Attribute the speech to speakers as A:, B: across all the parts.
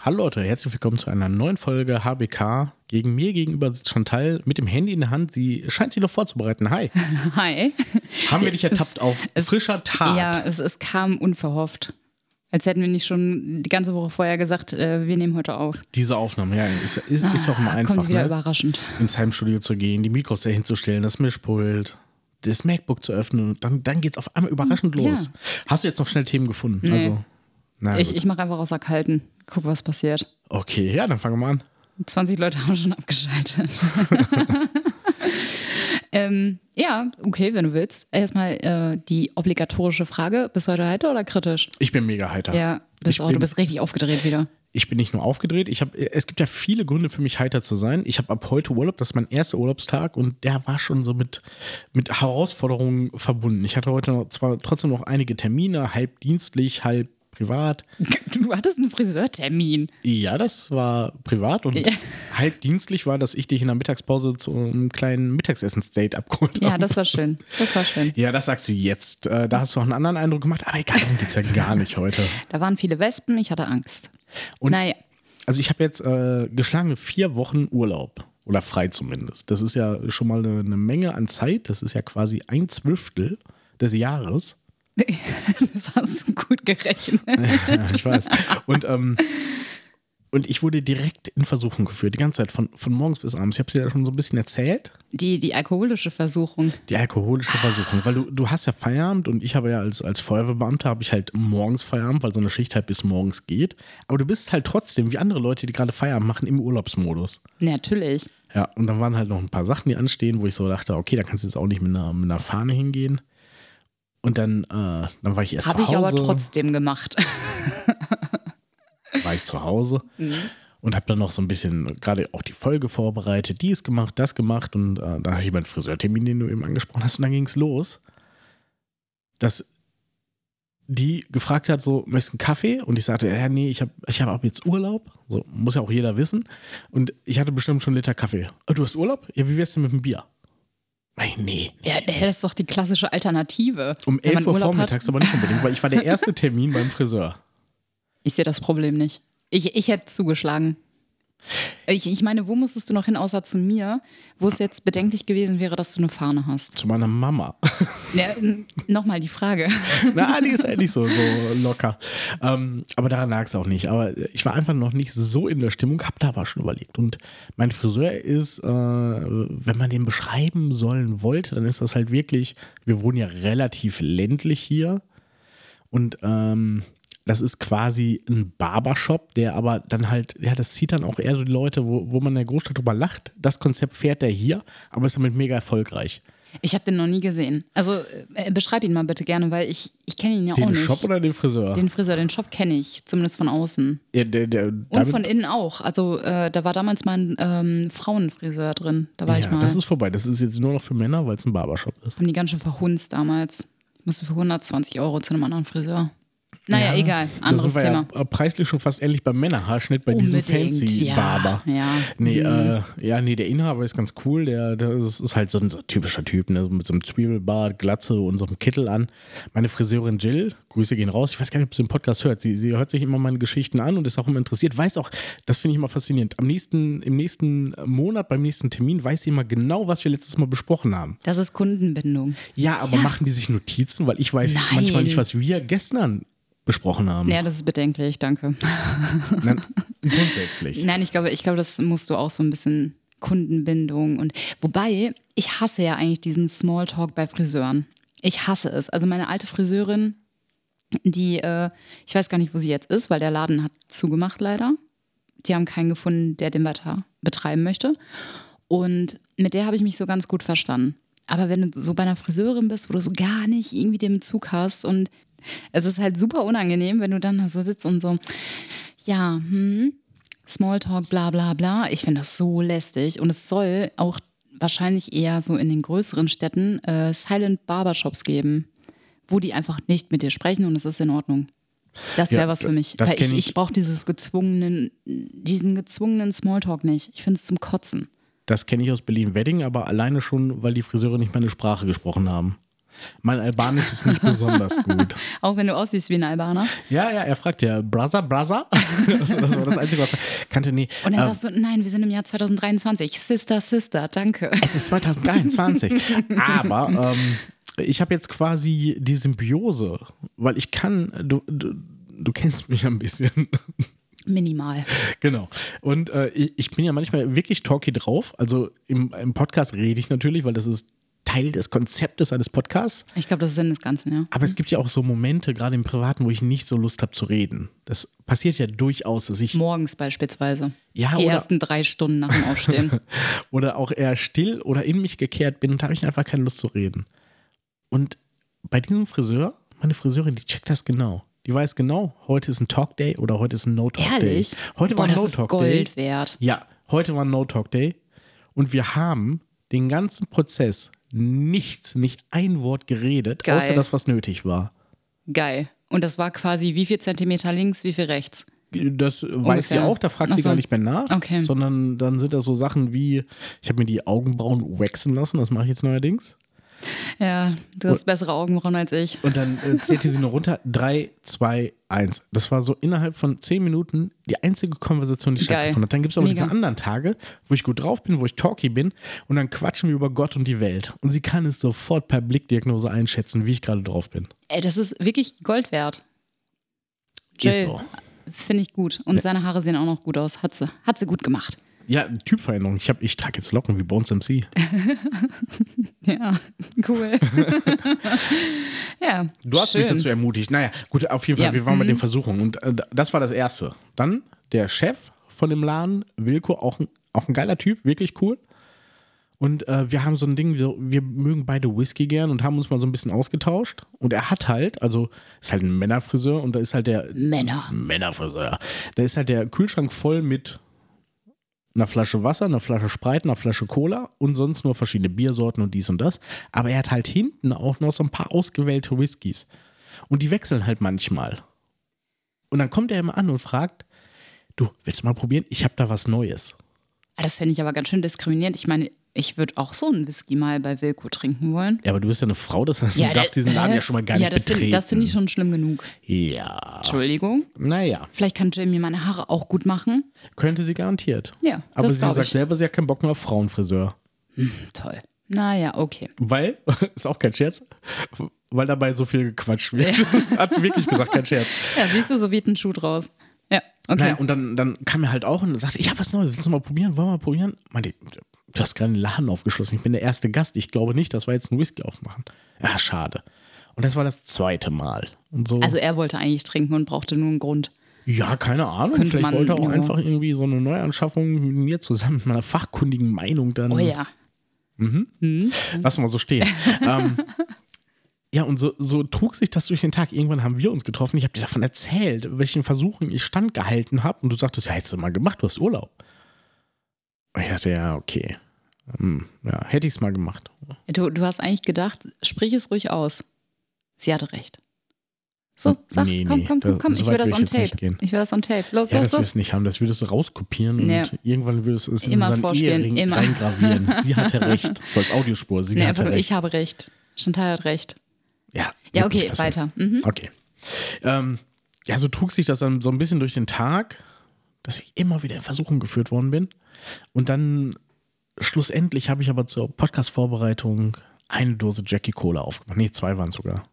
A: Hallo Leute, herzlich willkommen zu einer neuen Folge HBK. Gegen mir gegenüber sitzt Chantal mit dem Handy in der Hand. Sie scheint sich noch vorzubereiten. Hi.
B: Hi.
A: Haben wir dich ertappt auf
B: Es-
A: frischer Tat?
B: Ja, es, es kam unverhofft. Als hätten wir nicht schon die ganze Woche vorher gesagt, äh, wir nehmen heute auf.
A: Diese Aufnahme, ja, ist, ist, ist doch immer einfach,
B: Kommt Ah, wieder
A: ne?
B: überraschend.
A: ins Heimstudio zu gehen, die Mikros da hinzustellen, das Mischpult, das MacBook zu öffnen und dann, dann geht's auf einmal überraschend
B: Ja.
A: los. Hast du jetzt noch schnell Themen gefunden? Also, na
B: Ich,
A: gut.
B: ich mache einfach außer Kalten. Guck, was passiert.
A: Okay, ja, dann fangen wir mal an.
B: 20 Leute haben schon abgeschaltet. ähm, ja, okay, wenn du willst. Erstmal äh, die obligatorische Frage: Bist du heute heiter oder kritisch?
A: Ich bin mega heiter.
B: Ja,
A: Ich
B: bist auch, du
A: bin-
B: bist richtig aufgedreht wieder.
A: ich bin nicht nur aufgedreht, ich habe es gibt ja viele Gründe für mich heiter zu sein. Ich habe ab heute Urlaub, das ist mein erster Urlaubstag und der war schon so mit mit Herausforderungen verbunden. Ich hatte heute noch, zwar trotzdem noch einige Termine, halb dienstlich, halb privat.
B: Du hattest einen Friseurtermin.
A: Ja, das war privat und halb dienstlich war, dass ich dich in der Mittagspause zu einem kleinen Mittagsessensdate abgeholt habe.
B: Ja, das war schön. Das war schön.
A: Ja, das sagst du jetzt. Äh, Da hast du auch einen anderen Eindruck gemacht, aber egal, darum geht's ja gar nicht heute.
B: Da waren viele Wespen, ich hatte Angst.
A: Und-
B: naja,
A: Also ich habe jetzt äh, geschlagene vier Wochen Urlaub. Oder frei zumindest. Das ist ja schon mal eine, eine Menge an Zeit. Das ist ja quasi ein Zwölftel des Jahres.
B: das hast du gut gerechnet.
A: Ja, ich weiß. Und, ähm, und ich wurde direkt in Versuchung geführt, die ganze Zeit, von, von morgens bis abends. Ich habe es dir ja schon so ein bisschen erzählt.
B: Die, die alkoholische Versuchung.
A: Die alkoholische Versuchung, weil du, du hast ja Feierabend und ich habe ja als, als Feuerwehrbeamter habe ich halt morgens Feierabend, weil so eine Schicht halt bis morgens geht. Aber du bist halt trotzdem, wie andere Leute, die gerade Feierabend machen, im Urlaubsmodus.
B: Natürlich.
A: Ja, und dann waren halt noch ein paar Sachen, die anstehen, wo ich so dachte, okay, da kannst du jetzt auch nicht mit einer, mit einer Fahne hingehen. Und dann, äh, dann war ich erst
B: Habe
A: zu
B: ich
A: Hause.
B: aber trotzdem gemacht.
A: war ich zu Hause
B: Mhm.
A: und habe dann noch so ein bisschen gerade auch die Folge vorbereitet, dies gemacht, das gemacht und äh, dann hatte ich meinen Friseurtermin, den du eben angesprochen hast und dann ging es los, dass die gefragt hat, so, möchtest du einen Kaffee? Und ich sagte, ja, nee, ich habe ich hab ab jetzt Urlaub. So, muss ja auch jeder wissen. Und ich hatte bestimmt schon einen Liter Kaffee. "Ah, Du hast Urlaub? Ja, wie wär's denn mit dem Bier? Nein, nee.
B: Ja, das ist doch die klassische Alternative.
A: Um
B: Wenn man
A: 11 Uhr
B: Urlaub
A: vormittags
B: Hat,
A: aber nicht unbedingt, weil ich war der erste Termin beim Friseur.
B: ich sehe das Problem nicht. Ich, ich hätte zugeschlagen. Ich, ich meine, wo musstest du noch hin, außer zu mir, wo es jetzt bedenklich gewesen wäre, dass du eine Fahne hast?
A: Zu meiner Mama.
B: Ja, Nochmal die Frage.
A: Na, die ist eigentlich so, so locker. Ähm, aber daran lag es auch nicht. Aber ich war einfach noch nicht so in der Stimmung, hab da aber schon überlegt. Und mein Friseur ist, äh, wenn man den beschreiben sollen wollte, dann ist das halt wirklich, wir wohnen ja relativ ländlich hier. Und ähm, das ist quasi ein Barbershop, der aber dann halt, ja, das zieht dann auch eher so die Leute, wo, wo man in der Großstadt drüber lacht. Das Konzept fährt er hier, aber ist damit mega erfolgreich.
B: Ich habe den noch nie gesehen. Also äh, beschreib ihn mal bitte gerne, weil ich, ich kenne ihn ja auch
A: Den
B: nicht.
A: Shop oder den Friseur?
B: Den Friseur, den Shop kenne ich, zumindest von außen.
A: ja, der, der,
B: Und von innen auch. Also äh, da war damals mein ähm, Frauenfriseur drin. Da war ich mal.
A: Das ist vorbei. Das ist jetzt nur noch für Männer, weil es ein Barbershop ist.
B: Haben die ganz schön verhunzt damals. Ich musste für 120 Euro zu einem anderen Friseur. Naja, egal. Anderes
A: da sind wir
B: Thema.
A: Ja, äh, preislich schon fast ähnlich beim Männerhaarschnitt bei
B: Unbedingt,
A: diesem fancy
B: ja,
A: Barber.
B: ja. Mhm.
A: Nee, äh, ja, nee, der Inhaber ist ganz cool. Der, der ist, ist halt so ein so typischer Typ, ne? so mit so einem Zwiebelbart, Glatze und so einem Kittel an. Meine Friseurin Jill, Grüße gehen raus. Ich weiß gar nicht, ob sie den Podcast hört. Sie, sie hört sich immer meine Geschichten an und ist auch immer interessiert. Weiß auch, das finde ich immer faszinierend. Am nächsten, im nächsten Monat, beim nächsten Termin, weiß sie immer genau, was wir letztes Mal besprochen haben.
B: Das ist Kundenbindung.
A: Ja, aber machen die sich Notizen? Weil ich weiß
B: Nein.
A: manchmal nicht, was wir gestern besprochen haben.
B: Ja, das ist bedenklich, danke.
A: Nein, grundsätzlich.
B: Nein, ich glaube, ich glaube, das musst du auch so ein bisschen Kundenbindung und wobei ich hasse ja eigentlich diesen Smalltalk bei Friseuren. Ich hasse es. Also meine alte Friseurin, die äh, ich weiß gar nicht, wo sie jetzt ist, weil der Laden hat zugemacht leider. Die haben keinen gefunden, der den weiter betreiben möchte. Und mit der habe ich mich so ganz gut verstanden. Aber wenn du so bei einer Friseurin bist, wo du so gar nicht irgendwie den Bezug hast und es ist halt super unangenehm, wenn du dann da so sitzt und so, ja, hm, Smalltalk, bla bla bla. Ich finde das so lästig und es soll auch wahrscheinlich eher so in den größeren Städten äh, Silent Barbershops geben, wo die einfach nicht mit dir sprechen und es ist in Ordnung. Das
A: Ja,
B: wäre was für mich.
A: das
B: Weil ich,
A: kenn ich.
B: ich brauche dieses gezwungenen, diesen gezwungenen Smalltalk nicht. Ich finde es zum Kotzen.
A: Das kenne ich aus Berlin-Wedding, aber alleine schon, weil die Friseure nicht meine Sprache gesprochen haben. Mein Albanisch ist nicht besonders gut.
B: Auch wenn du aussiehst wie ein Albaner.
A: Ja, ja, er fragt ja, Brother, Brother? Das, das war das Einzige, was er kannte. Nee.
B: Und dann
A: ähm,
B: sagst du, nein, wir sind im Jahr 2023. Sister, Sister, danke.
A: Es ist 2023. Aber ähm, ich habe jetzt quasi die Symbiose, weil ich kann, du, du, du kennst mich ein bisschen.
B: Minimal.
A: Genau. Und äh, ich ich bin ja manchmal wirklich talky drauf. Also im, im Podcast rede ich natürlich, weil das ist Teil des Konzeptes eines Podcasts.
B: Ich glaube, das ist Sinn des Ganzen, ja.
A: Aber es gibt ja auch so Momente, gerade im Privaten, wo ich nicht so Lust habe zu reden. Das passiert ja durchaus, dass ich
B: Morgens beispielsweise.
A: Ja,
B: Die
A: oder-
B: ersten drei Stunden nach dem Aufstehen.
A: oder auch eher still oder in mich gekehrt bin und da habe ich einfach keine Lust zu reden. Und bei diesem Friseur, meine Friseurin, die checkt das genau. Die weiß genau, heute ist ein Talk Day oder heute ist ein No Talk Day.
B: Ehrlich?
A: Heute
B: Boah,
A: war ein
B: das
A: No
B: ist
A: Talk Day.
B: Gold wert.
A: Ja, heute war ein No Talk Day und wir haben den ganzen Prozess nichts, nicht ein Wort geredet,
B: Geil.
A: außer das, was nötig war.
B: Geil. Und das war quasi wie viel Zentimeter links, wie viel rechts.
A: Das weiß sie
B: Ungefähr.
A: auch, da fragt sie
B: Ach so.
A: gar nicht mehr nach,
B: Okay.
A: sondern dann sind das so Sachen wie, ich habe mir die Augenbrauen waxen lassen, das mache ich jetzt neuerdings.
B: Ja, du hast bessere Augenbrauen als ich.
A: Und dann äh, zählte sie nur runter, 3, 2, 1. Das war so innerhalb von 10 Minuten die einzige Konversation, die
B: Geil.
A: stattgefunden hat. Dann gibt es aber
B: Mega.
A: diese anderen Tage, wo ich gut drauf bin, wo ich talky bin und dann quatschen wir über Gott und die Welt. Und sie kann es sofort per Blickdiagnose einschätzen, wie ich gerade drauf bin.
B: Ey, das ist wirklich Gold wert.
A: Ist
B: Jill,
A: so.
B: Finde ich gut. Und seine Haare sehen auch noch gut aus. Hat sie, hat sie gut gemacht.
A: Ja, Typveränderung. Ich, hab- ich trage jetzt Locken wie Bones MC.
B: Ja, cool. ja,
A: Du hast
B: schön.
A: mich dazu ermutigt. Naja, gut, auf jeden Fall,
B: Ja, Mhm.
A: wir waren mit den Versuchungen. Und äh, das war das Erste. Dann der Chef von dem Laden, Wilko, auch ein, auch ein geiler Typ, wirklich cool. Und äh, wir haben so ein Ding, wir, wir mögen beide Whisky gern und haben uns mal so ein bisschen ausgetauscht. Und er hat halt, also ist halt ein Männerfriseur und da ist halt der
B: Männer.
A: Männerfriseur. Da ist halt der Kühlschrank voll mit einer Flasche Wasser, einer Flasche Spreit, einer Flasche Cola und sonst nur verschiedene Biersorten und dies und das. Aber er hat halt hinten auch noch so ein paar ausgewählte Whiskys. Und die wechseln halt manchmal. Und dann kommt er immer an und fragt, du, willst du mal probieren? Ich habe da was Neues.
B: Das finde ich aber ganz schön diskriminierend. Ich meine, ich würde auch so einen Whisky mal bei Wilco trinken wollen.
A: Ja, aber du bist ja eine Frau, das heißt, du darfst diesen Laden ja schon mal gar
B: ja,
A: nicht
B: das
A: betreten. Ah.
B: Find, das finde ich schon schlimm genug.
A: ja,
B: Entschuldigung.
A: naja,
B: Vielleicht kann Jill mir meine Haare auch gut machen.
A: könnte sie garantiert.
B: Ja,
A: aber
B: das
A: sie
B: glaub
A: sagt
B: ich.
A: selber, sie hat keinen Bock mehr auf Frauenfriseur.
B: Toll. Naja, okay.
A: Weil, ist auch kein Scherz, weil dabei so viel gequatscht wird. Hat sie wirklich gesagt, kein Scherz.
B: Ja, siehst du, so wird ein Schuh draus. Ja, okay.
A: Naja, und dann, dann kam er halt auch und sagte, ich habe was Neues, willst du mal probieren? Wollen wir mal probieren? Meinte, ich, du hast gerade einen Laden aufgeschlossen, ich bin der erste Gast, ich glaube nicht, dass wir jetzt einen Whisky aufmachen. Ja, schade. Und das war das zweite Mal. Und so,
B: Also er wollte eigentlich trinken und brauchte nur einen Grund.
A: ja, keine Ahnung,
B: könnte
A: vielleicht
B: man-
A: wollte er auch
B: ja.
A: einfach irgendwie so eine Neuanschaffung mit mir zusammen, mit meiner fachkundigen Meinung dann. Mhm.
B: Oh ja. Hm?
A: Lassen wir so stehen. ähm, ja, und so, so trug sich das durch den Tag. Irgendwann haben wir uns getroffen. Ich habe dir davon erzählt, welchen Versuchen ich standgehalten habe. Und du sagtest, ja, hättest du mal gemacht, du hast Urlaub. Und ich dachte, ja, okay. Hm, ja, hätte ich es mal gemacht.
B: Du, du hast eigentlich gedacht, sprich es ruhig aus. Sie hatte recht. So, sag,
A: Hm, Nee,
B: komm,
A: nee,
B: komm, komm,
A: da-
B: komm,
A: so
B: ich
A: weit
B: will das
A: will ich
B: on
A: jetzt nicht
B: tape.
A: gehen.
B: Ich will das on tape. Los,
A: Ja,
B: los,
A: das wir
B: los.
A: es nicht haben. Das würdest du rauskopieren und
B: Ja.
A: irgendwann würdest du es in
B: Immer
A: unseren
B: vorspielen,
A: Ehering
B: immer.
A: reingravieren. Sie hatte recht. So als Audiospur. Sie
B: Nee,
A: hatte
B: einfach nur,
A: recht.
B: ich habe recht. Chantal hat recht.
A: Ja,
B: Ja,
A: wird nicht
B: okay,
A: passieren.
B: weiter. Mhm.
A: Okay. Ähm, ja, so trug sich das dann so ein bisschen durch den Tag, dass ich immer wieder in Versuchung geführt worden bin. Und dann schlussendlich habe ich aber zur Podcast-Vorbereitung eine Dose Jackie Cola aufgemacht. Nee, zwei waren es sogar.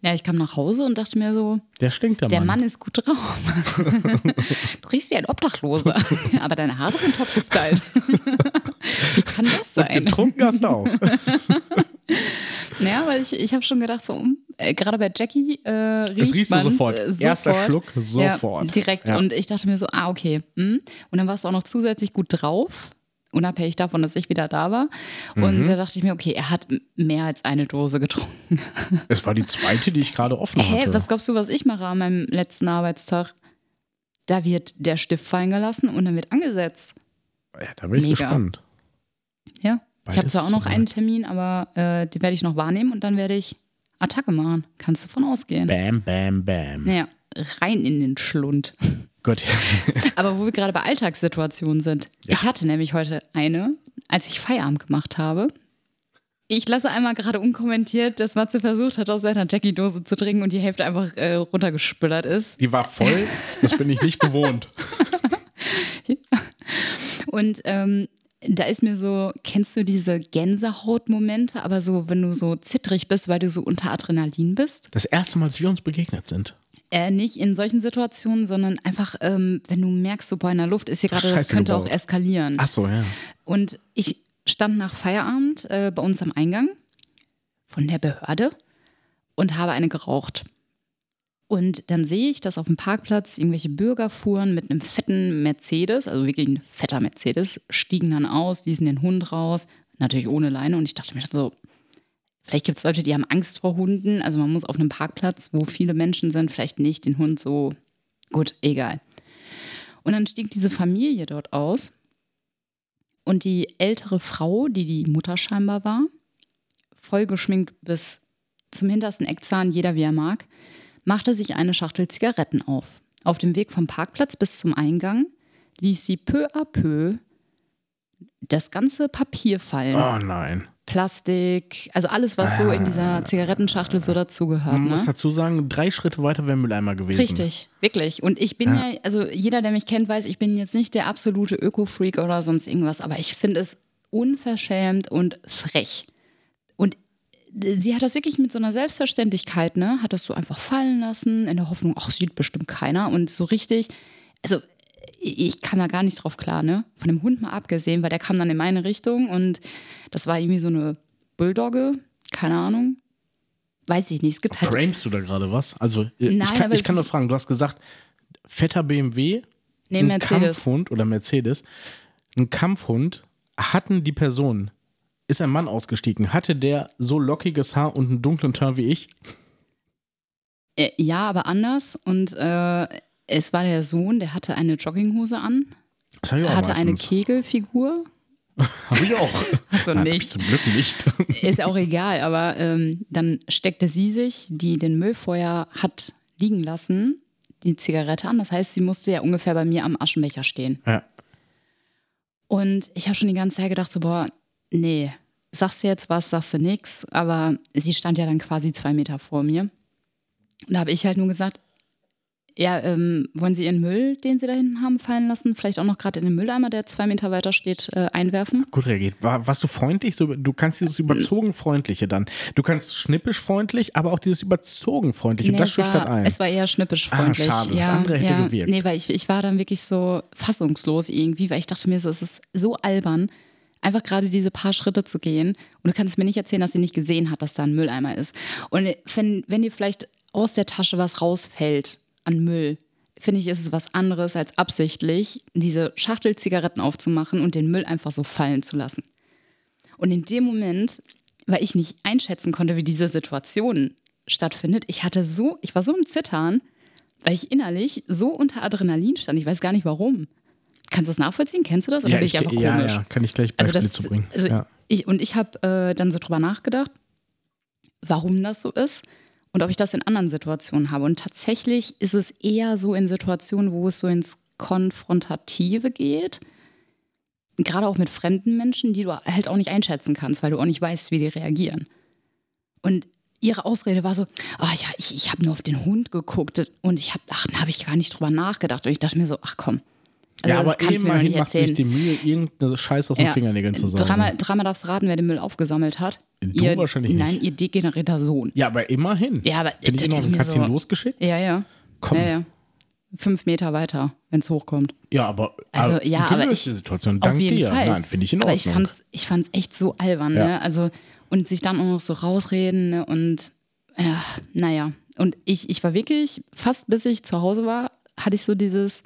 B: Ja, ich kam nach Hause und dachte mir so,
A: Der stinkt der,
B: der Mann ist gut drauf. du riechst wie ein Obdachloser, aber deine Haare sind top gestylt. wie kann das sein?
A: Getrunken hast du auch.
B: Ja, weil ich, ich habe schon gedacht, so, hm, äh, gerade bei Jackie äh, riecht
A: Das riechst du
B: man's,
A: sofort.
B: äh,
A: Erster
B: sofort.
A: Schluck, sofort.
B: Ja, direkt.
A: Ja.
B: Und ich dachte mir so, ah, okay. Hm. Und dann warst du auch noch zusätzlich gut drauf, unabhängig davon, dass ich wieder da war.
A: Mhm.
B: Und da dachte ich mir, okay, er hat m- mehr als eine Dose getrunken.
A: Es war die zweite, die ich gerade offen
B: Hä,
A: hatte.
B: was glaubst du, was ich mache an meinem letzten Arbeitstag? Da wird der Stift fallen gelassen und dann wird angesetzt.
A: ja, da bin ich
B: Mega.
A: gespannt.
B: Ja. ich habe
A: Beides
B: zwar auch noch
A: zusammen.
B: einen Termin, aber äh, den werde ich noch wahrnehmen und dann werde ich Attacke machen. Kannst du von ausgehen.
A: Bam, bam, bam.
B: Naja, rein in den Schlund.
A: Gott,
B: Aber wo wir gerade bei Alltagssituationen sind. Ich hatte nämlich heute eine, als ich Feierabend gemacht habe. Ich lasse einmal gerade unkommentiert, dass Matze versucht hat, aus seiner Jackie-Dose zu trinken und die Hälfte einfach äh, runtergespüllert ist.
A: Die war voll, das bin ich nicht gewohnt.
B: Und ähm, da ist mir so, kennst du diese Gänsehautmomente, aber so, wenn du so zittrig bist, weil du so unter Adrenalin bist?
A: Das erste Mal, als wir uns begegnet sind.
B: Äh, nicht in solchen Situationen, sondern einfach, ähm, wenn du merkst, so boah, in der Luft ist hier gerade, das
A: Scheiße
B: könnte auch
A: gebaut.
B: eskalieren.
A: Ach so, ja.
B: Und ich stand nach Feierabend äh, bei uns am Eingang von der Behörde und habe eine geraucht. Und dann sehe ich, dass auf dem Parkplatz irgendwelche Bürger fuhren mit einem fetten Mercedes, also wirklich ein fetter Mercedes, stiegen dann aus, ließen den Hund raus, natürlich ohne Leine. Und ich dachte mir schon so, vielleicht gibt es Leute, die haben Angst vor Hunden. Also man muss auf einem Parkplatz, wo viele Menschen sind, vielleicht nicht den Hund so, gut, egal. Und dann stieg diese Familie dort aus und die ältere Frau, die die Mutter scheinbar war, voll geschminkt bis zum hintersten Eckzahn, jeder wie er mag, machte sich eine Schachtel Zigaretten auf. Auf dem Weg vom Parkplatz bis zum Eingang ließ sie peu à peu das ganze Papier fallen.
A: Oh nein.
B: Plastik, also alles, was so in dieser Zigarettenschachtel so dazugehört.
A: Man
B: Ne?
A: muss dazu sagen, drei Schritte weiter wäre Mülleimer gewesen.
B: Richtig, wirklich. Und ich bin ja. also jeder, der mich kennt, weiß, ich bin jetzt nicht der absolute Öko-Freak oder sonst irgendwas, aber ich finde es unverschämt und frech. Und äh, sie hat das wirklich mit so einer Selbstverständlichkeit, ne, hat das so einfach fallen lassen, in der Hoffnung, ach, sieht bestimmt keiner. Und so richtig, also ich kann da gar nicht drauf klar, ne? Von dem Hund mal abgesehen, weil der kam dann in meine Richtung und das war irgendwie so eine Bulldogge, keine Ahnung. Weiß ich nicht, es gibt halt
A: Framest du da gerade was? Also, äh,
B: Nein,
A: ich kann,
B: aber
A: ich
B: es
A: kann nur
B: ist-
A: fragen, du hast gesagt, fetter BMW,
B: Nee,
A: ein
B: Mercedes.
A: Kampfhund oder Mercedes, ein Kampfhund hatten die Personen. Ist ein Mann ausgestiegen? Hatte der so lockiges Haar und einen dunklen Teint wie ich?
B: Äh, Ja, aber anders. Und äh, es war der Sohn, der hatte eine Jogginghose an,
A: Das habe ich auch
B: hatte eine
A: meistens.
B: Kegelfigur.
A: Habe ich auch.
B: Achso,
A: Nein, hab ich
B: nicht.
A: zum Glück nicht.
B: Ist auch egal, aber ähm, dann steckte sie sich, die den Müllfeuer hat liegen lassen, die Zigarette an. Das heißt, sie musste ja ungefähr bei mir am Aschenbecher stehen.
A: Ja.
B: Und ich habe schon die ganze Zeit gedacht, so, boah, nee, sagst du jetzt was, sagst du nix. Aber sie stand ja dann quasi zwei Meter vor mir. Und da habe ich halt nur gesagt, ja, ähm, wollen Sie Ihren Müll, den Sie da hinten haben, fallen lassen? Vielleicht auch noch gerade in den Mülleimer, der zwei Meter weiter steht, äh, einwerfen?
A: Gut reagiert. War, warst du freundlich? So, du kannst dieses überzogen freundliche dann. Du kannst schnippisch freundlich, aber auch dieses überzogen freundliche.
B: Nee,
A: Und das
B: es
A: schüchtert
B: war,
A: ein.
B: Es war eher schnippisch freundlich.
A: Ah, schade,
B: ja,
A: das andere hätte
B: ja.
A: gewirkt.
B: Nee, weil ich, ich war dann wirklich so fassungslos irgendwie, weil ich dachte mir, so, es ist so albern, einfach gerade diese paar Schritte zu gehen. Und du kannst mir nicht erzählen, dass sie nicht gesehen hat, dass da ein Mülleimer ist. Und wenn, wenn dir vielleicht aus der Tasche was rausfällt an Müll, finde ich, ist es was anderes als absichtlich, diese Schachtel Zigaretten aufzumachen und den Müll einfach so fallen zu lassen. Und in dem Moment, weil ich nicht einschätzen konnte, wie diese Situation stattfindet, ich hatte so, ich war so im Zittern, weil ich innerlich so unter Adrenalin stand. Ich weiß gar nicht warum. Kannst du das nachvollziehen? Kennst du das? Oder bin ich, einfach
A: ja,
B: komisch?
A: Ja, kann ich gleich
B: Also
A: Beispiele zu
B: das,
A: bringen.
B: also
A: ja.
B: ich, und ich habe äh, dann so drüber nachgedacht, warum das so ist und ob ich das in anderen Situationen habe. Und tatsächlich ist es eher so in Situationen, wo es so ins Konfrontative geht, gerade auch mit fremden Menschen, die du halt auch nicht einschätzen kannst, weil du auch nicht weißt, wie die reagieren. Und ihre Ausrede war so, ah ja, ich, ich habe nur auf den Hund geguckt und ich habe, ach, da habe ich gar nicht drüber nachgedacht. Und ich dachte mir so, ach komm, also
A: ja, aber
B: das kannst du mir doch
A: immerhin
B: nicht
A: macht
B: erzählen.
A: sich die Mühe, irgendeine Scheiß aus den Fingernägeln zu sagen.
B: Dreimal, dreimal darfst du raten, wer den Müll aufgesammelt hat.
A: Du
B: ihr,
A: wahrscheinlich nicht.
B: Nein, ihr degenerierter Sohn.
A: Ja, aber immerhin.
B: Ja, aber
A: Find ich
B: das
A: noch,
B: denk mir
A: hast du ihn
B: so-
A: losgeschickt?
B: Ja, ja.
A: Komm.
B: Ja, ja. Fünf Meter weiter, wenn es hochkommt.
A: Ja, aber äh,
B: Also,
A: aber
B: ja, aber
A: gelöste
B: ich-
A: Situation.
B: Auf
A: Dank
B: jeden
A: dir.
B: Fall.
A: Nein, finde ich in Ordnung.
B: Aber ich fand's, ich fand's echt so albern,
A: Ja.
B: ne? Also, und sich dann auch noch so rausreden ne? und ja, naja. Und ich, ich war wirklich, fast bis ich zu Hause war, hatte ich so dieses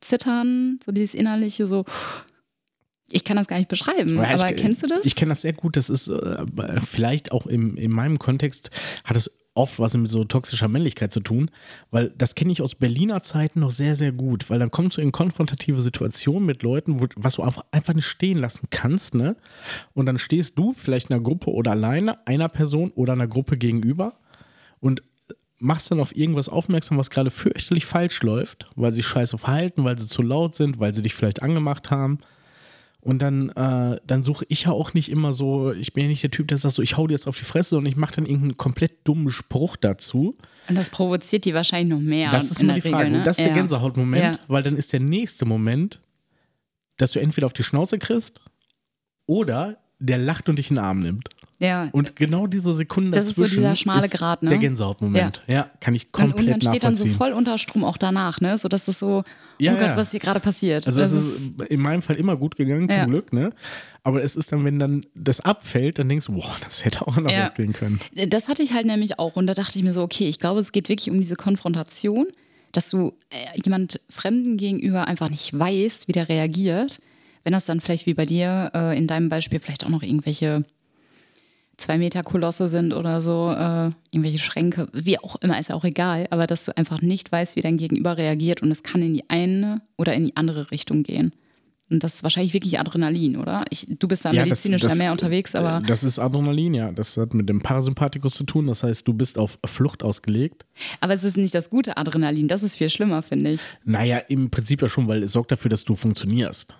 B: Zittern, so dieses innerliche, so, ich kann das gar nicht beschreiben.
A: Ja, ich- äh,
B: aber kennst du das?
A: Ich kenne das sehr gut. Das ist äh, vielleicht auch im, in meinem Kontext hat es oft was mit so toxischer Männlichkeit zu tun, weil das kenne ich aus Berliner Zeiten noch sehr, sehr gut, weil dann kommst du in konfrontative Situationen mit Leuten, wo, was du einfach, einfach nicht stehen lassen kannst, ne? Und dann stehst du vielleicht einer Gruppe oder alleine, einer Person oder einer Gruppe gegenüber und machst dann auf irgendwas aufmerksam, was gerade fürchterlich falsch läuft, weil sie scheiße verhalten, weil sie zu laut sind, weil sie dich vielleicht angemacht haben Und dann, äh, dann suche ich ja auch nicht immer so, ich bin ja nicht der Typ, der sagt so, ich hau dir jetzt auf die Fresse und ich mache dann irgendeinen komplett dummen Spruch dazu.
B: Und das provoziert die wahrscheinlich noch mehr.
A: das ist
B: in
A: immer die
B: der
A: Frage.
B: Regel, ne?
A: Und das ist der
B: Ja.
A: Gänsehautmoment,
B: Ja.
A: weil dann ist der nächste Moment, dass du entweder auf die Schnauze kriegst oder der lacht und dich in den Arm nimmt.
B: Ja.
A: Und genau diese Sekunde
B: Das ist so
A: dazwischen
B: dieser schmale
A: ist
B: Grat, ne?
A: der Gänsehautmoment. Ja. kann ich
B: Und- und
A: komplett
B: man steht dann so
A: nachvollziehen.
B: voll unter Strom auch danach, ne? So dass das so,
A: Ja,
B: oh Gott,
A: ja.
B: was hier gerade passiert.
A: Also es ist in meinem Fall immer gut gegangen, zum
B: Ja.
A: Glück, ne? Aber es ist dann, wenn dann das abfällt, dann denkst du, boah, das hätte auch anders
B: Ja.
A: ausgehen können.
B: Das hatte ich halt nämlich auch und da dachte ich mir so, okay, ich glaube, es geht wirklich um diese Konfrontation, dass du äh, jemand Fremden gegenüber einfach nicht weißt, wie der reagiert. Wenn das dann vielleicht wie bei dir äh, in deinem Beispiel vielleicht auch noch irgendwelche zwei Meter Kolosse sind oder so, äh, irgendwelche Schränke, wie auch immer, ist ja auch egal, aber dass du einfach nicht weißt, wie dein Gegenüber reagiert und es kann in die eine oder in die andere Richtung gehen. Und das ist wahrscheinlich wirklich Adrenalin, oder? Ich, du bist da medizinisch ja mehr unterwegs, aber.
A: Das ist Adrenalin, ja. Das hat mit dem Parasympathikus zu tun. Das heißt, du bist auf Flucht ausgelegt.
B: Aber es ist nicht das gute Adrenalin, das ist viel schlimmer, finde ich.
A: Naja, im Prinzip ja schon, weil es sorgt dafür, dass du funktionierst.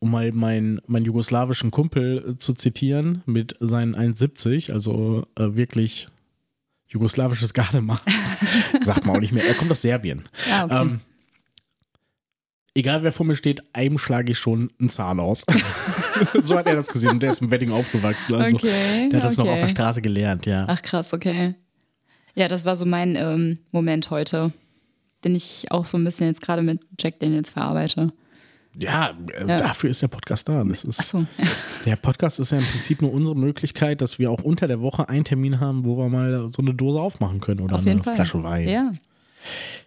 A: Um mal meinen meinen jugoslawischen Kumpel äh, zu zitieren mit seinen 1,70, also äh, wirklich jugoslawisches Gardemaß, sagt man auch nicht mehr. Er kommt aus Serbien.
B: Ja, okay.
A: Ähm, egal wer vor mir steht, einem schlage ich schon einen Zahn aus. so hat er das gesehen und der ist im Wedding aufgewachsen. Also
B: Okay,
A: der hat das noch auf
B: okay.
A: der Straße gelernt, ja.
B: Ach krass, okay. Ja, das war so mein ähm, Moment heute, den ich auch so ein bisschen jetzt gerade mit Jack Daniels verarbeite.
A: Ja, äh, dafür ist der Podcast da. Das ist,
B: Achso,
A: Der Podcast ist ja im Prinzip nur unsere Möglichkeit, dass wir auch unter der Woche einen Termin haben, wo wir mal so eine Dose aufmachen können oder
B: auf
A: eine
B: jeden Fall.
A: Flasche Wein.
B: Ja,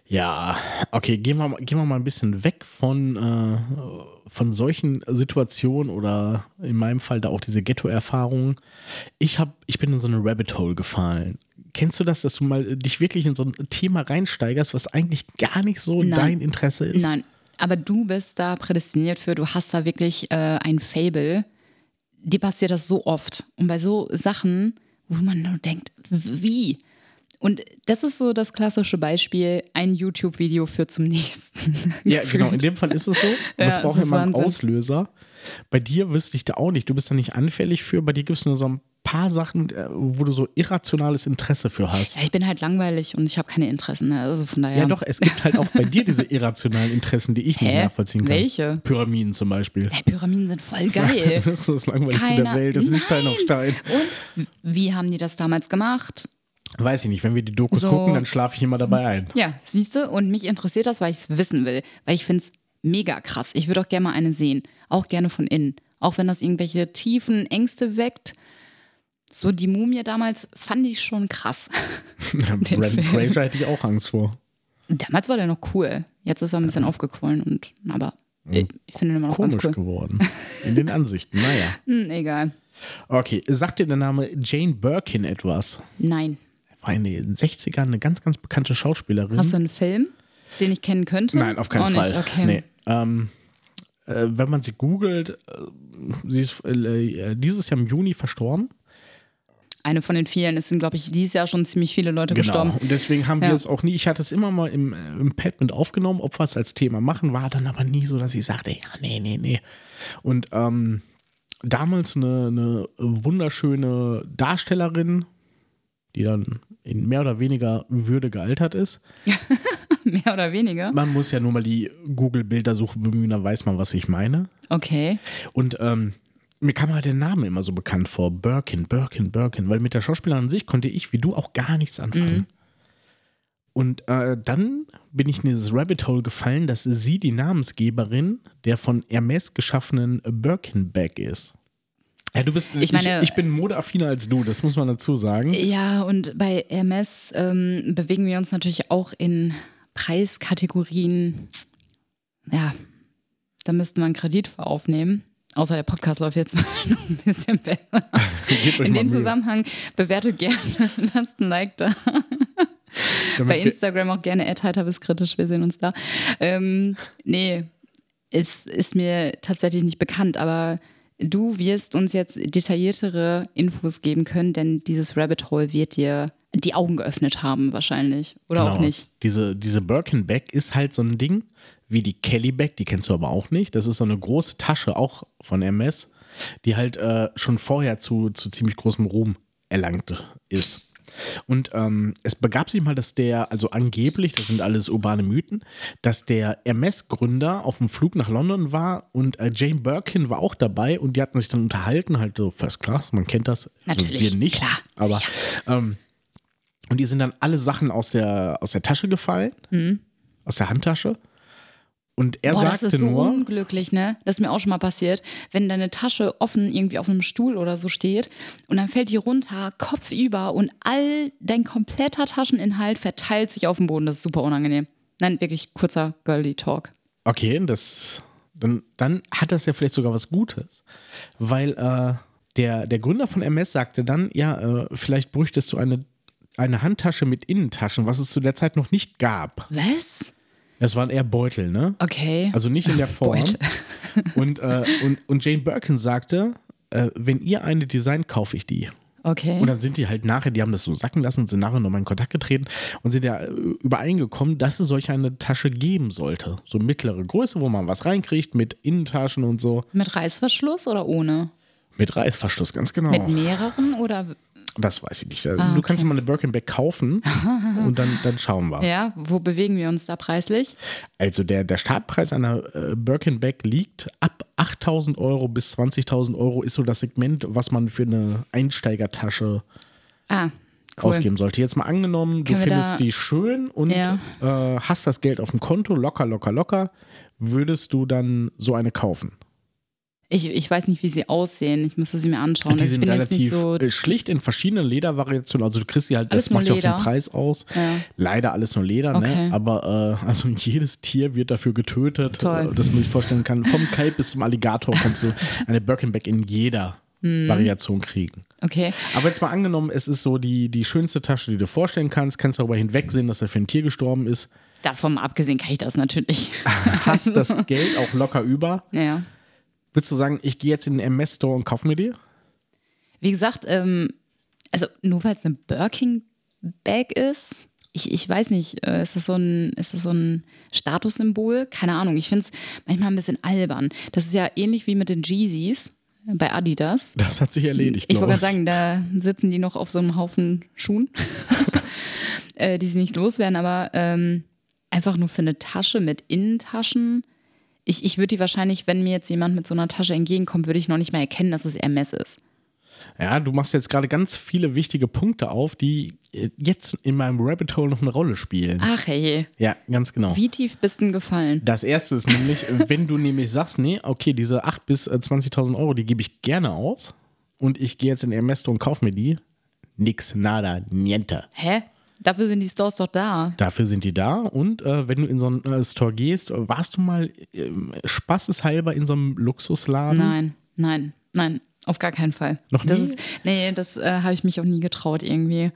A: Ja, okay, gehen wir, mal- gehen wir mal ein bisschen weg von, äh, von solchen Situationen oder in meinem Fall da auch diese Ghetto-Erfahrung. Ich, hab- ich bin in so eine Rabbit Hole gefallen. Kennst du das, dass du mal äh, dich wirklich in so ein Thema reinsteigerst, was eigentlich gar nicht so
B: Nein.
A: dein Interesse ist?
B: nein. Aber du bist da prädestiniert für, du hast da wirklich äh, ein Fable. Dir passiert das so oft. Und bei so Sachen, wo man nur denkt, w- wie? Und das ist so das klassische Beispiel, ein YouTube-Video führt zum nächsten.
A: Ja, genau.
B: Gefühlt.
A: In dem Fall ist es so. Und
B: Ja,
A: es
B: es
A: braucht ja
B: ist
A: mal einen
B: Wahnsinn.
A: Auslöser. Bei dir wüsste ich da auch nicht. Du bist da nicht anfällig für. Bei dir gibt es nur so ein paar Sachen, äh, wo du so irrationales Interesse für hast.
B: Ja, ich bin halt langweilig und ich habe keine Interessen. ne? Also von daher.
A: Ja, doch, es gibt halt auch bei dir diese irrationalen Interessen, die ich nicht
B: Hä?
A: nachvollziehen kann.
B: Welche?
A: Pyramiden zum Beispiel.
B: Hey, Pyramiden sind voll geil.
A: Das ist das Langweiligste der
B: Keiner-
A: Welt. Das ist ein
B: Nein!
A: Stein auf Stein.
B: Und wie haben die das damals gemacht?
A: Weiß ich nicht, wenn wir die Dokus
B: So.
A: gucken, dann schlafe ich immer dabei ein.
B: Ja, siehst du? Und mich interessiert das, weil ich es wissen will. Weil ich finde es mega krass. Ich würde auch gerne mal eine sehen. Auch gerne von innen. Auch wenn das irgendwelche tiefen Ängste weckt. So die Mumie damals fand ich schon krass.
A: Brandon
B: Film.
A: Fraser hätte ich auch Angst vor.
B: Damals war der noch cool. Jetzt ist er ein bisschen aufgequollen und aber ich, ich finde ihn immer noch
A: Komisch
B: ganz cool.
A: geworden. In den Ansichten, naja.
B: Hm, egal.
A: Okay, sagt dir der Name Jane Birkin etwas?
B: Nein.
A: war in den 60ern eine ganz, ganz bekannte Schauspielerin.
B: Hast du einen Film, den ich kennen könnte?
A: Mhm. Nein, auf keinen
B: Auch
A: Fall.
B: Nicht. Okay.
A: Nee. Ähm, äh, wenn man sie googelt, äh, sie ist äh, dieses Jahr im Juni verstorben.
B: Eine von den vielen. Es sind, glaube ich, dieses Jahr schon ziemlich viele Leute gestorben.
A: Genau. Und deswegen haben wir
B: Äh, Ja.
A: es auch nie, ich hatte es immer mal im, äh, im Pad mit aufgenommen, ob wir es als Thema machen, war dann aber nie so, dass ich sagte, ja, nee, nee, nee. Und ähm, damals eine, eine wunderschöne Darstellerin, die dann in mehr oder weniger Würde gealtert ist.
B: Mehr oder weniger.
A: Man muss ja nur mal die Google-Bildersuche bemühen, dann weiß man, was ich meine.
B: Okay.
A: Und ähm, mir kam halt der Name immer so bekannt vor. Birkin, Birkin, Birkin. Weil mit der Schauspielerin an sich konnte ich, wie du, auch gar nichts anfangen. Und äh, dann bin ich in dieses Rabbit Hole gefallen, dass sie die Namensgeberin der von Hermes geschaffenen Birkin Bag ist. Ja, du bist, ich,
B: meine-
A: ich, bin modeaffiner als du, das muss man dazu sagen.
B: Ja, und bei MS ähm, bewegen wir uns natürlich auch in Preiskategorien. Ja, da müsste man einen Kredit für aufnehmen. Außer der Podcast läuft jetzt mal noch ein bisschen besser.
A: Gebt euch
B: In
A: mal
B: dem
A: Mühe,
B: Zusammenhang bewertet gerne, lasst ein Like da.
A: damit
B: Bei
A: wir-
B: Instagram auch gerne adheiter bis kritisch, wir sehen uns da. Ähm, nee, es ist mir tatsächlich nicht bekannt, aber du wirst uns jetzt detailliertere Infos geben können, denn dieses Rabbit Hole wird dir, die Augen geöffnet haben, wahrscheinlich. Oder auch
A: Genau.
B: nicht.
A: Diese, diese Birkenbag ist halt so ein Ding wie die Kellybag, die kennst du aber auch nicht. Das ist so eine große Tasche, auch von MS, die halt äh, schon vorher zu, zu ziemlich großem Ruhm erlangt ist. Und ähm, es begab sich mal, dass der, also angeblich, das sind alles urbane Mythen, dass der MS-Gründer auf dem Flug nach London war und äh, Jane Birkin war auch dabei und die hatten sich dann unterhalten, halt so First Class, man kennt das. Also
B: Natürlich,
A: Wir nicht.
B: klar,
A: Aber, ähm, und die sind dann alle Sachen aus der, aus der Tasche gefallen, aus der Handtasche. Und er
B: Mhm. Boah, das
A: sagte
B: ist so
A: nur,
B: unglücklich, ne? Das ist mir auch schon mal passiert. Wenn deine Tasche offen irgendwie auf einem Stuhl oder so steht und dann fällt die runter, Kopf über und all dein kompletter Tascheninhalt verteilt sich auf dem Boden. Das ist super unangenehm. Nein, wirklich kurzer Girly Talk.
A: Okay, das, dann, dann hat das ja vielleicht sogar was Gutes, weil äh, der, der Gründer von MS sagte dann, ja, äh, vielleicht bräuchtest du eine, eine Handtasche mit Innentaschen, was es zu der Zeit noch nicht gab.
B: Was?
A: Das waren eher Beutel, ne?
B: Okay.
A: Also nicht in der Form.
B: Beutel.
A: Und, äh, und, und Jane Birkin sagte, äh, wenn ihr eine designt, kaufe ich die.
B: okay.
A: Und dann sind die halt nachher, die haben das so sacken lassen, und sind nachher nochmal in Kontakt getreten und sind ja äh, übereingekommen, dass es solch eine Tasche geben sollte. So mittlere Größe, wo man was reinkriegt mit Innentaschen und so.
B: Mit Reißverschluss oder ohne?
A: Mit Reißverschluss, ganz genau.
B: Mit Ah, mehreren oder
A: das weiß ich nicht. du kannst dir mal eine Birkenback kaufen und dann, dann schauen wir.
B: ja, wo bewegen wir uns da preislich?
A: Also der, der Startpreis einer äh, Birkenback liegt ab 8.000 Euro bis 20.000 Euro ist so das Segment, was man für eine Einsteigertasche
B: Ah, cool.
A: ausgeben sollte. Jetzt mal angenommen, du
B: Können wir
A: findest
B: da-
A: die schön und
B: Ja.
A: äh, hast das Geld auf dem Konto, locker, locker, locker, würdest du dann so eine kaufen?
B: Ich, ich weiß nicht, wie sie aussehen. Ich müsste sie mir anschauen. Also
A: die
B: Ich
A: sind
B: bin jetzt nicht
A: relativ
B: so.
A: äh, schlicht in verschiedenen Ledervariationen. Also du kriegst sie halt,
B: Alles
A: das
B: nur
A: macht ja auch den
B: Leder.
A: Preis aus.
B: Ja.
A: Leider alles nur Leder,
B: Okay.
A: ne? Aber äh, also jedes Tier wird dafür getötet,
B: Toll.
A: äh, dass man sich vorstellen kann. Vom Kalb bis zum Alligator kannst du eine Birkenback in jeder
B: Mhm.
A: Variation kriegen.
B: Okay.
A: Aber jetzt mal angenommen, es ist so die, die schönste Tasche, die du dir vorstellen kannst, kannst darüber hinwegsehen, dass er für ein Tier gestorben ist,
B: Davon mal abgesehen kann ich das natürlich.
A: hast das Geld auch locker über.
B: Naja.
A: Würdest du sagen, ich gehe jetzt in den MS-Store und kaufe mir die?
B: Wie gesagt, ähm, also nur weil es eine Birkin-Bag ist, ich, ich weiß nicht, äh, ist das so ein, ist das so ein Statussymbol? Keine Ahnung. Ich finde es manchmal ein bisschen albern. Das ist ja ähnlich wie mit den Jeezys bei Adidas.
A: Das hat sich erledigt,
B: Ich wollte
A: glaube
B: gerade sagen, da sitzen die noch auf so einem Haufen Schuhen, äh, die sie nicht loswerden, aber ähm, einfach nur für eine Tasche mit Innentaschen. Ich, ich würde die wahrscheinlich, wenn mir jetzt jemand mit so einer Tasche entgegenkommt, würde ich noch nicht mal erkennen, dass es Hermes ist.
A: Ja, du machst jetzt gerade ganz viele wichtige Punkte auf, die äh, jetzt in meinem Rabbit Hole noch eine Rolle spielen.
B: Ach hey,
A: Ja, ganz genau.
B: Ah. wie tief bist denn gefallen?
A: Das erste ist nämlich, wenn du nämlich sagst, nee, okay, diese 8.000 bis äh, 20.000 Euro, die gebe ich gerne aus und ich gehe jetzt in den MS-Store und kaufe mir die. Nix, nada, niente.
B: Hä? Dafür sind die Stores doch da.
A: Dafür sind die da. Und äh, wenn du in so einen äh, Store gehst, äh, warst du mal ähm, spaßeshalber in so einem Luxusladen?
B: Nein, nein, nein, auf gar keinen Fall.
A: Hm? Noch
B: Das
A: nie?
B: ist, nee, das äh, habe ich mich auch nie getraut irgendwie.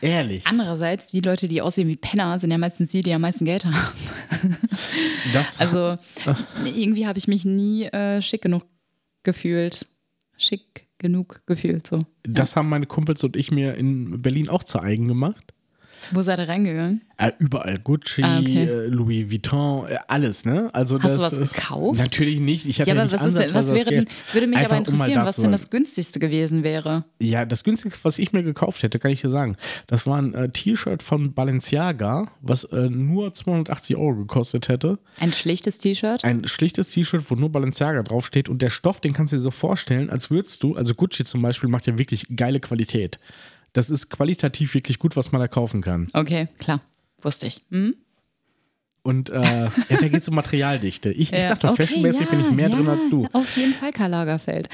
A: Ehrlich,
B: Andererseits, die Leute, die aussehen wie Penner, sind ja meistens die, die am meisten Geld haben.
A: das,
B: Also irgendwie habe ich mich nie äh, schick genug gefühlt. Schick genug gefühlt, so.
A: das haben meine Kumpels und ich mir in Berlin auch zu eigen gemacht.
B: Wo seid ihr reingegangen?
A: Äh, überall Gucci,
B: Ah, okay.
A: äh, Louis Vuitton, äh, alles, ne? Also
B: Hast du
A: das
B: was
A: ist-
B: gekauft?
A: Natürlich nicht. Ich hatte
B: Ja,
A: ja,
B: aber
A: nicht
B: was ist denn, was
A: ansatzweise das
B: wäre denn,
A: Geld.
B: würde mich aber
A: Einfach, um mal
B: interessieren,
A: da
B: was
A: zu
B: denn
A: sein.
B: das günstigste gewesen wäre.
A: Ja, das günstigste, was ich mir gekauft hätte, kann ich dir sagen. Das war ein äh, T-Shirt von Balenciaga, was äh, nur 280 Euro gekostet hätte.
B: Ein schlichtes T-Shirt?
A: Ein schlichtes T-Shirt, wo nur Balenciaga draufsteht und der Stoff, den kannst du dir so vorstellen, als würdest du, also Gucci zum Beispiel macht ja wirklich geile Qualität. Das ist qualitativ wirklich gut, was man da kaufen kann.
B: Okay, klar. Wusste ich. Hm?
A: Und äh, ja, da geht es um Materialdichte. Ich, ich
B: Ja,
A: sag doch,
B: okay,
A: fashionmäßig bin ich mehr
B: ja,
A: drin als du.
B: Auf jeden Fall Karl Lagerfeld.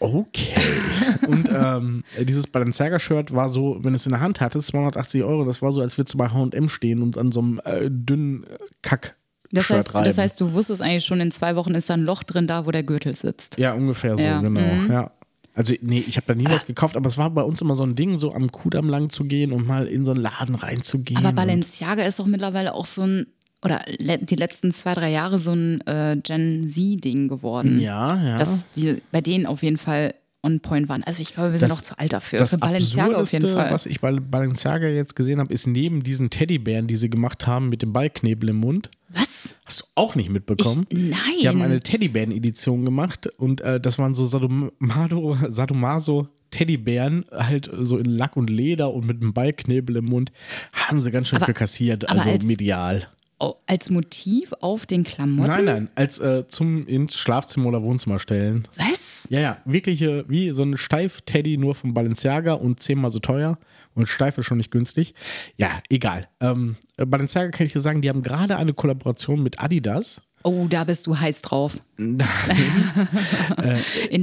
A: Okay. Und ähm, dieses Balenciaga-Shirt war so, wenn du es in der Hand hattest, 280 Euro, das war so, als würdest du bei H&M stehen und an so einem äh, dünnen Kack
B: Das
A: Shirt
B: heißt,
A: reiben.
B: das heißt, du wusstest eigentlich schon, in zwei Wochen ist da ein Loch drin, da wo der Gürtel sitzt.
A: Ja, ungefähr so,
B: Ja, Mhm.
A: genau. Ja. Also, nee, ich habe da nie was gekauft, aber es war bei uns immer so ein Ding, so am Kudamm lang zu gehen und mal in so einen Laden reinzugehen.
B: Aber
A: und-
B: Balenciaga ist doch mittlerweile auch so ein, oder le die letzten zwei, drei Jahre so ein äh, Gen Z-Ding geworden.
A: Ja, ja.
B: Dass die bei denen auf jeden Fall on point waren. Also ich glaube, wir sind
A: Das-
B: noch zu alt dafür.
A: Das
B: Für Balenciaga auf jeden
A: Absurdeste,
B: Fall.
A: was ich bei Balenciaga jetzt gesehen habe, ist neben diesen Teddybären, die sie gemacht haben mit dem Ballknebel im Mund.
B: Was?
A: Hast du auch nicht mitbekommen?
B: Ich- nein.
A: Hm? Die haben eine Teddybären-Edition gemacht und äh, das waren so Sadomado, Sadomaso Teddybären, halt äh, so in Lack und Leder und mit einem Ballknebel im Mund. Haben sie ganz schön
B: Aber-
A: für kassiert,
B: aber
A: also
B: als-
A: medial.
B: Oh, als Motiv auf den Klamotten?
A: Nein, nein, als äh, zum ins Schlafzimmer oder Wohnzimmer stellen.
B: Was?
A: Ja, ja, wirkliche, wie so ein Steif-Teddy nur von Balenciaga und zehnmal so teuer. Und Steif ist schon nicht günstig. Ja, egal. Ähm, Balenciaga kann ich dir sagen, die haben gerade eine Kollaboration mit Adidas.
B: Oh, da bist du heiß drauf. In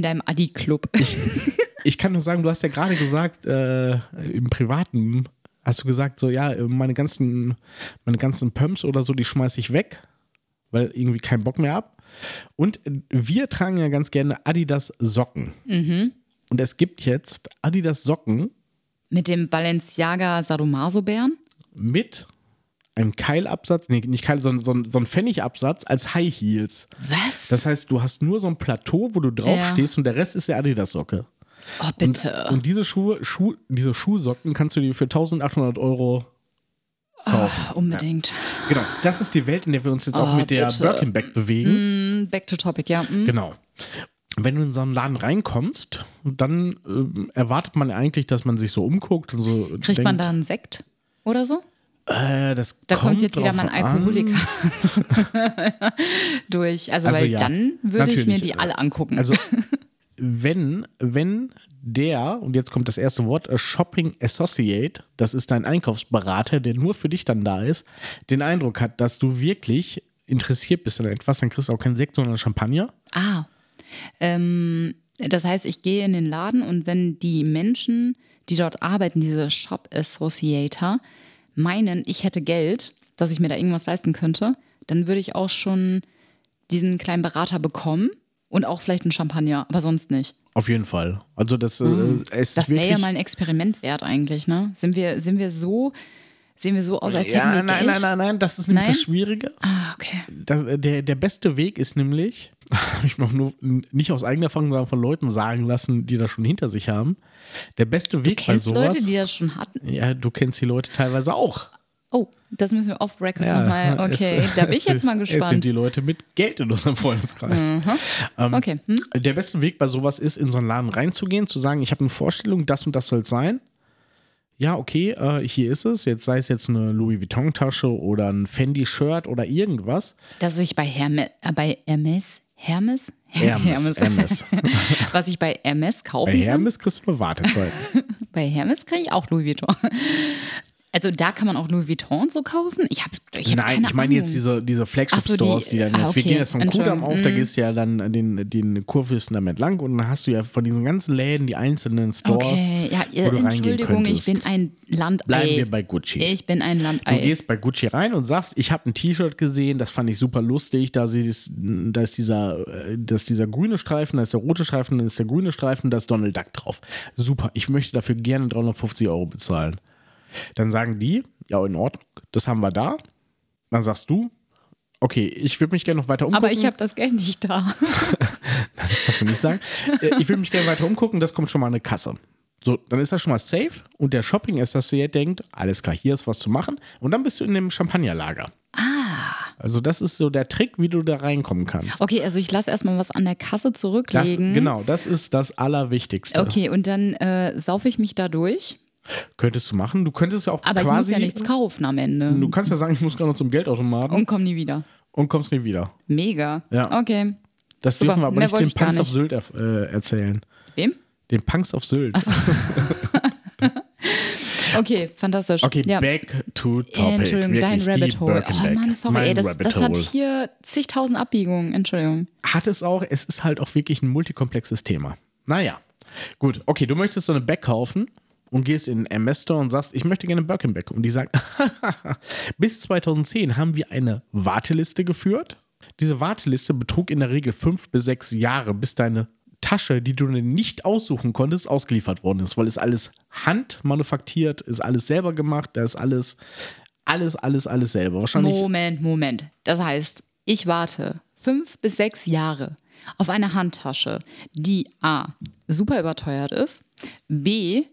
B: deinem Adi-Club.
A: Ich kann nur sagen, du hast ja gerade gesagt, äh, im Privaten hast du gesagt, so, ja, meine ganzen, meine ganzen Pumps oder so, die schmeiße ich weg, weil irgendwie keinen Bock mehr ab. Und äh, wir tragen ja ganz gerne Adidas Socken. Und es gibt jetzt Adidas Socken
B: Mit dem Balenciaga Sadomaso-Bären?
A: mit einem Keilabsatz, nee, nicht Keil, sondern so, ein- so ein Pfennigabsatz als High Heels.
B: Was?
A: Das heißt, du hast nur so ein Plateau, wo du drauf
B: Ja.
A: stehst und der Rest ist der Adidas Socke.
B: oh, bitte.
A: Und diese Schuhe, Schuh, diese Schuhsocken kannst du dir für 1800 Euro kaufen.
B: Unbedingt.
A: Genau. Das ist die Welt, in der wir uns jetzt auch
B: Oh,
A: mit der
B: bitte.
A: Birkenback bewegen.
B: Mm, Back to topic, ja. Mm.
A: Genau. Wenn du in so einen Laden reinkommst, dann ähm, erwartet man eigentlich, dass man sich so umguckt und so.
B: Kriegt man da
A: denkt,
B: einen Sekt oder so?
A: Äh, das
B: Da kommt, jetzt wieder
A: drauf
B: mein
A: an.
B: Alkoholiker durch. Also,
A: Also
B: weil
A: ja,
B: dann würde ich mir
A: natürlich,
B: die
A: äh,
B: alle angucken.
A: Also, wenn, wenn der, und jetzt kommt das erste Wort, äh, Shopping Associate, das ist dein Einkaufsberater, der nur für dich dann da ist, den Eindruck hat, dass du wirklich interessiert bist an etwas, dann kriegst du auch keinen Sekt, sondern Champagner.
B: Ah. Ähm, das heißt, ich gehe in den Laden und wenn die Menschen, die dort arbeiten, diese Shop Associator, meinen, ich hätte Geld, dass ich mir da irgendwas leisten könnte, dann würde ich auch schon diesen kleinen Berater bekommen und auch vielleicht einen Champagner, aber sonst nicht.
A: Auf jeden Fall. Also das, äh, es
B: Mhm. Das
A: ist
B: wäre
A: wirklich,
B: ja mal ein Experiment wert eigentlich, ne? Sind wir, sind wir so, sehen wir so aus, als hätten
A: ja,
B: wir
A: nein, nein,
B: Geld?
A: nein, nein, das ist nämlich
B: Nein?
A: das Schwierige.
B: Ah, okay.
A: Das, äh, der, der beste Weg ist nämlich, habe ich mir auch nur n- nicht aus eigener Erfahrung, sondern von Leuten sagen lassen, die das schon hinter sich haben. Der beste Weg bei
B: Kennst
A: sowas.
B: Leute, die das schon hatten?
A: Ja, du kennst die Leute teilweise auch.
B: Oh, das müssen wir off-record
A: Ja,
B: nochmal. Okay,
A: es-
B: da bin
A: es
B: ich jetzt mal
A: sind- Es sind
B: gespannt. Mhm.
A: die Leute mit Geld in unserem Freundeskreis. Ähm,
B: Okay. Hm?
A: Der beste Weg bei sowas ist, in so einen Laden reinzugehen, zu sagen, ich habe eine Vorstellung, das und das soll es sein. Ja, okay, äh, hier ist es. Jetzt sei es jetzt eine Louis Vuitton-Tasche oder ein Fendi-Shirt oder irgendwas.
B: dass ich bei, Herme, äh, bei Hermes, Hermes?
A: Hermes. Hermes.
B: Was ich bei Hermes kaufen
A: Bei
B: kann.
A: Hermes kriegst du eine Wartezeit.
B: Bei Hermes kriege ich auch Louis Vuitton. Also da kann man auch Louis Vuitton so kaufen? Ich habe ich hab
A: Nein,
B: keine
A: ich meine jetzt diese,
B: Ahnung.
A: diese
B: Ach so, die-
A: Flagship-Stores, die, dann
B: ah,
A: jetzt, wir
B: okay. mhm.
A: gehen jetzt von Kudamm
B: Entschuldigung.
A: auf, da gehst du ja dann den, den Kurfürsten damit lang und dann hast du ja von diesen ganzen Läden die einzelnen Stores,
B: Okay, ja, äh,
A: wo du reingehen
B: Entschuldigung, ich
A: könntest.
B: bin ein Landei.
A: Bleiben wir bei Gucci.
B: Ich bin ein
A: Du
B: Landei.
A: gehst bei Gucci rein und sagst, ich habe ein T-Shirt gesehen, das fand ich super lustig. Da, sie das, da, ist dieser, äh, da ist dieser grüne Streifen, da ist der rote Streifen, da ist der grüne Streifen, da ist Donald Duck drauf. Super, ich möchte dafür gerne 350 Euro bezahlen. Dann sagen die, ja, in Ordnung, das haben wir da. Dann sagst du, okay, ich würde mich gerne noch weiter umgucken.
B: Aber ich habe das Geld nicht da.
A: Das darfst du nicht sagen. Äh, ich würde mich gerne weiter umgucken, das kommt schon mal eine Kasse. So, dann ist das schon mal safe und der Shopping Associate denkt, alles klar, hier ist was zu machen und dann bist du in dem Champagnerlager. Ah. Also das ist so der Trick, wie du da reinkommen kannst.
B: Okay, also ich lasse erstmal was an der Kasse
A: Das,
B: zurücklegen.
A: genau, das ist das Allerwichtigste.
B: Okay, und dann äh, saufe ich mich da durch.
A: Könntest du machen. Du könntest ja auch
B: Aber ich muss
A: quasi.
B: ja nichts kaufen am Ende.
A: du kannst ja sagen, ich muss gerade noch zum Geldautomaten
B: Und komm nie wieder.
A: und kommst nie wieder.
B: Mega.
A: Ja.
B: Okay.
A: Das
B: Oh. Super,
A: dürfen wir aber
B: mehr
A: nicht
B: wollte
A: den
B: ich gar
A: Punks auf
B: nicht.
A: Sylt erf- äh, erzählen.
B: Wem?
A: Den Punks auf Sylt.
B: Okay, fantastisch.
A: Okay,
B: ja.
A: back to topic.
B: Äh, Entschuldigung, dein
A: Wirklich, die
B: Rabbit Hole. Oh
A: Birkenbeck.
B: Mann, sorry,
A: Mein
B: ey, das,
A: Rabbit
B: das hat
A: Hole.
B: hier zigtausend Abbiegungen. Entschuldigung.
A: hat es auch, es ist halt auch wirklich ein multikomplexes Thema. Naja, gut, okay, du möchtest so eine Bag kaufen und gehst in den MS Store und sagst, ich möchte gerne Birkenbeck. Und die sagt, bis 2010 haben wir eine Warteliste geführt. Diese Warteliste betrug in der Regel fünf bis sechs Jahre, bis deine Tasche, die du dir nicht aussuchen konntest, ausgeliefert worden ist, weil es alles handmanufaktiert, ist alles selber gemacht, da ist alles, alles, alles, alles selber. Wahrscheinlich
B: Moment, Moment. Das heißt, ich warte fünf bis sechs Jahre auf eine Handtasche, die A, super überteuert ist, B,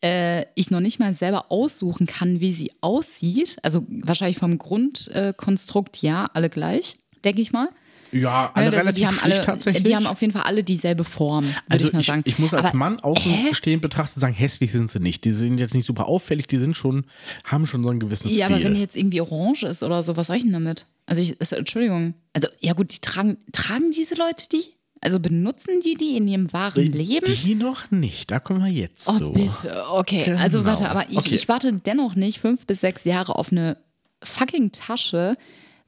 B: äh, ich noch nicht mal selber aussuchen kann, wie sie aussieht, also wahrscheinlich vom Grundkonstrukt ja, alle gleich, denke ich mal.
A: Ja, alle
B: also
A: relativ
B: die haben
A: schlicht
B: alle,
A: tatsächlich.
B: Die haben auf jeden Fall alle dieselbe Form, würde
A: also
B: ich mal sagen.
A: ich muss als
B: Aber
A: Mann außenstehend betrachtet sagen, hässlich sind sie nicht. Die sind jetzt nicht super auffällig, die sind schon, haben schon so einen gewissen
B: Ja,
A: Stil.
B: aber wenn die jetzt irgendwie orange ist oder so, was soll ich denn damit? Also ich, ist, Entschuldigung. Also, ja gut, die tragen, tragen diese Leute die? Also benutzen die die in ihrem wahren Leben?
A: Die noch nicht, da kommen wir jetzt
B: Oh,
A: so.
B: bitte. Okay, also
A: Genau.
B: warte, aber ich,
A: Okay.
B: ich warte dennoch nicht fünf bis sechs Jahre auf eine fucking Tasche,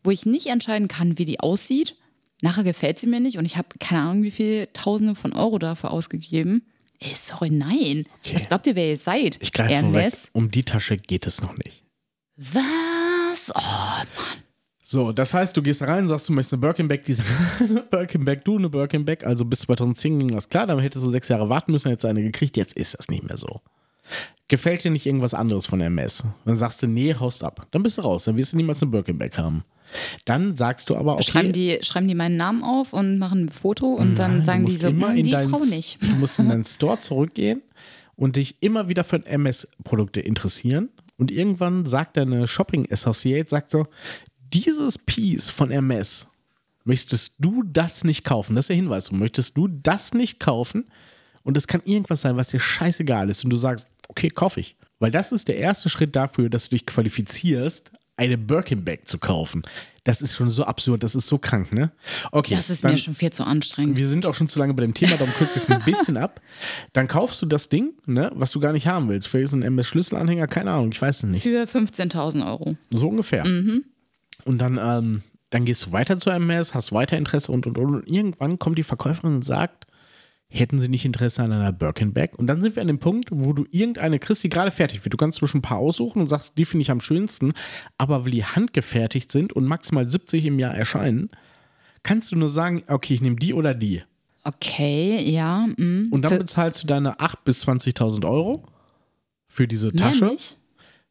B: wo ich nicht entscheiden kann, wie die aussieht. Nachher gefällt sie mir nicht und ich habe keine Ahnung, wie viel Tausende von Euro dafür ausgegeben. Ey, sorry, nein. Was glaubt ihr, wer ihr seid?
A: Ich greife vorweg,
B: Hermes?
A: um die Tasche geht es noch nicht.
B: Was? Oh,
A: So, das heißt, du gehst da rein, sagst, du möchtest eine Birkenback, die sagt, eine Birkenback, du eine Birkenback. Also bis 2010 ging das klar, dann hättest du sechs Jahre warten müssen, hättest du eine gekriegt, jetzt ist das nicht mehr so. Gefällt dir nicht irgendwas anderes von MS? Dann sagst du, nee, haust ab. Dann bist du raus, dann wirst du niemals eine Birkenback haben. Dann sagst du aber, okay,
B: Schreiben, die, schreiben die meinen Namen auf und machen ein Foto und dann
A: Nein, du
B: sagen die
A: musst
B: so,
A: immer
B: "Hm,
A: in
B: die
A: deinen-
B: Frau nicht.
A: Du musst in deinen Store zurückgehen und dich immer wieder für MS-Produkte interessieren. Und irgendwann sagt deine Shopping Associate, sagt so, dieses Piece von MS, möchtest du das nicht kaufen? Das ist der Hinweis. Möchtest du das nicht kaufen? Und es kann irgendwas sein, was dir scheißegal ist. Und du sagst, okay, kaufe ich. Weil das ist der erste Schritt dafür, dass du dich qualifizierst, eine Birkin-Bag zu kaufen. Das ist schon so absurd, das ist so krank, ne? Okay,
B: Das ist
A: dann-
B: mir schon viel zu anstrengend.
A: wir sind auch schon zu lange bei dem Thema, darum kürze ich es ein bisschen ab. Dann kaufst du das Ding, ne, was du gar nicht haben willst. Vielleicht ist ein MS-Schlüsselanhänger, keine Ahnung, ich weiß es nicht.
B: Für 15.000 Euro.
A: So ungefähr. Und dann, ähm, dann gehst du weiter zur MS, hast weiter Interesse und, und, und. Und irgendwann kommt die Verkäuferin und sagt, hätten sie nicht Interesse an einer Birkenbag? Und dann sind wir an dem Punkt, wo du irgendeine kriegst, die gerade fertig wird. Du kannst zwischen ein paar aussuchen und sagst, die finde ich am schönsten. Aber weil die handgefertigt sind und maximal 70 im Jahr erscheinen, kannst du nur sagen, okay, ich nehme die oder die.
B: Okay, ja. mm.
A: Und dann
B: Für-
A: bezahlst du deine 8.000 bis 20.000 Euro für diese
B: Mehr
A: Tasche.
B: nicht?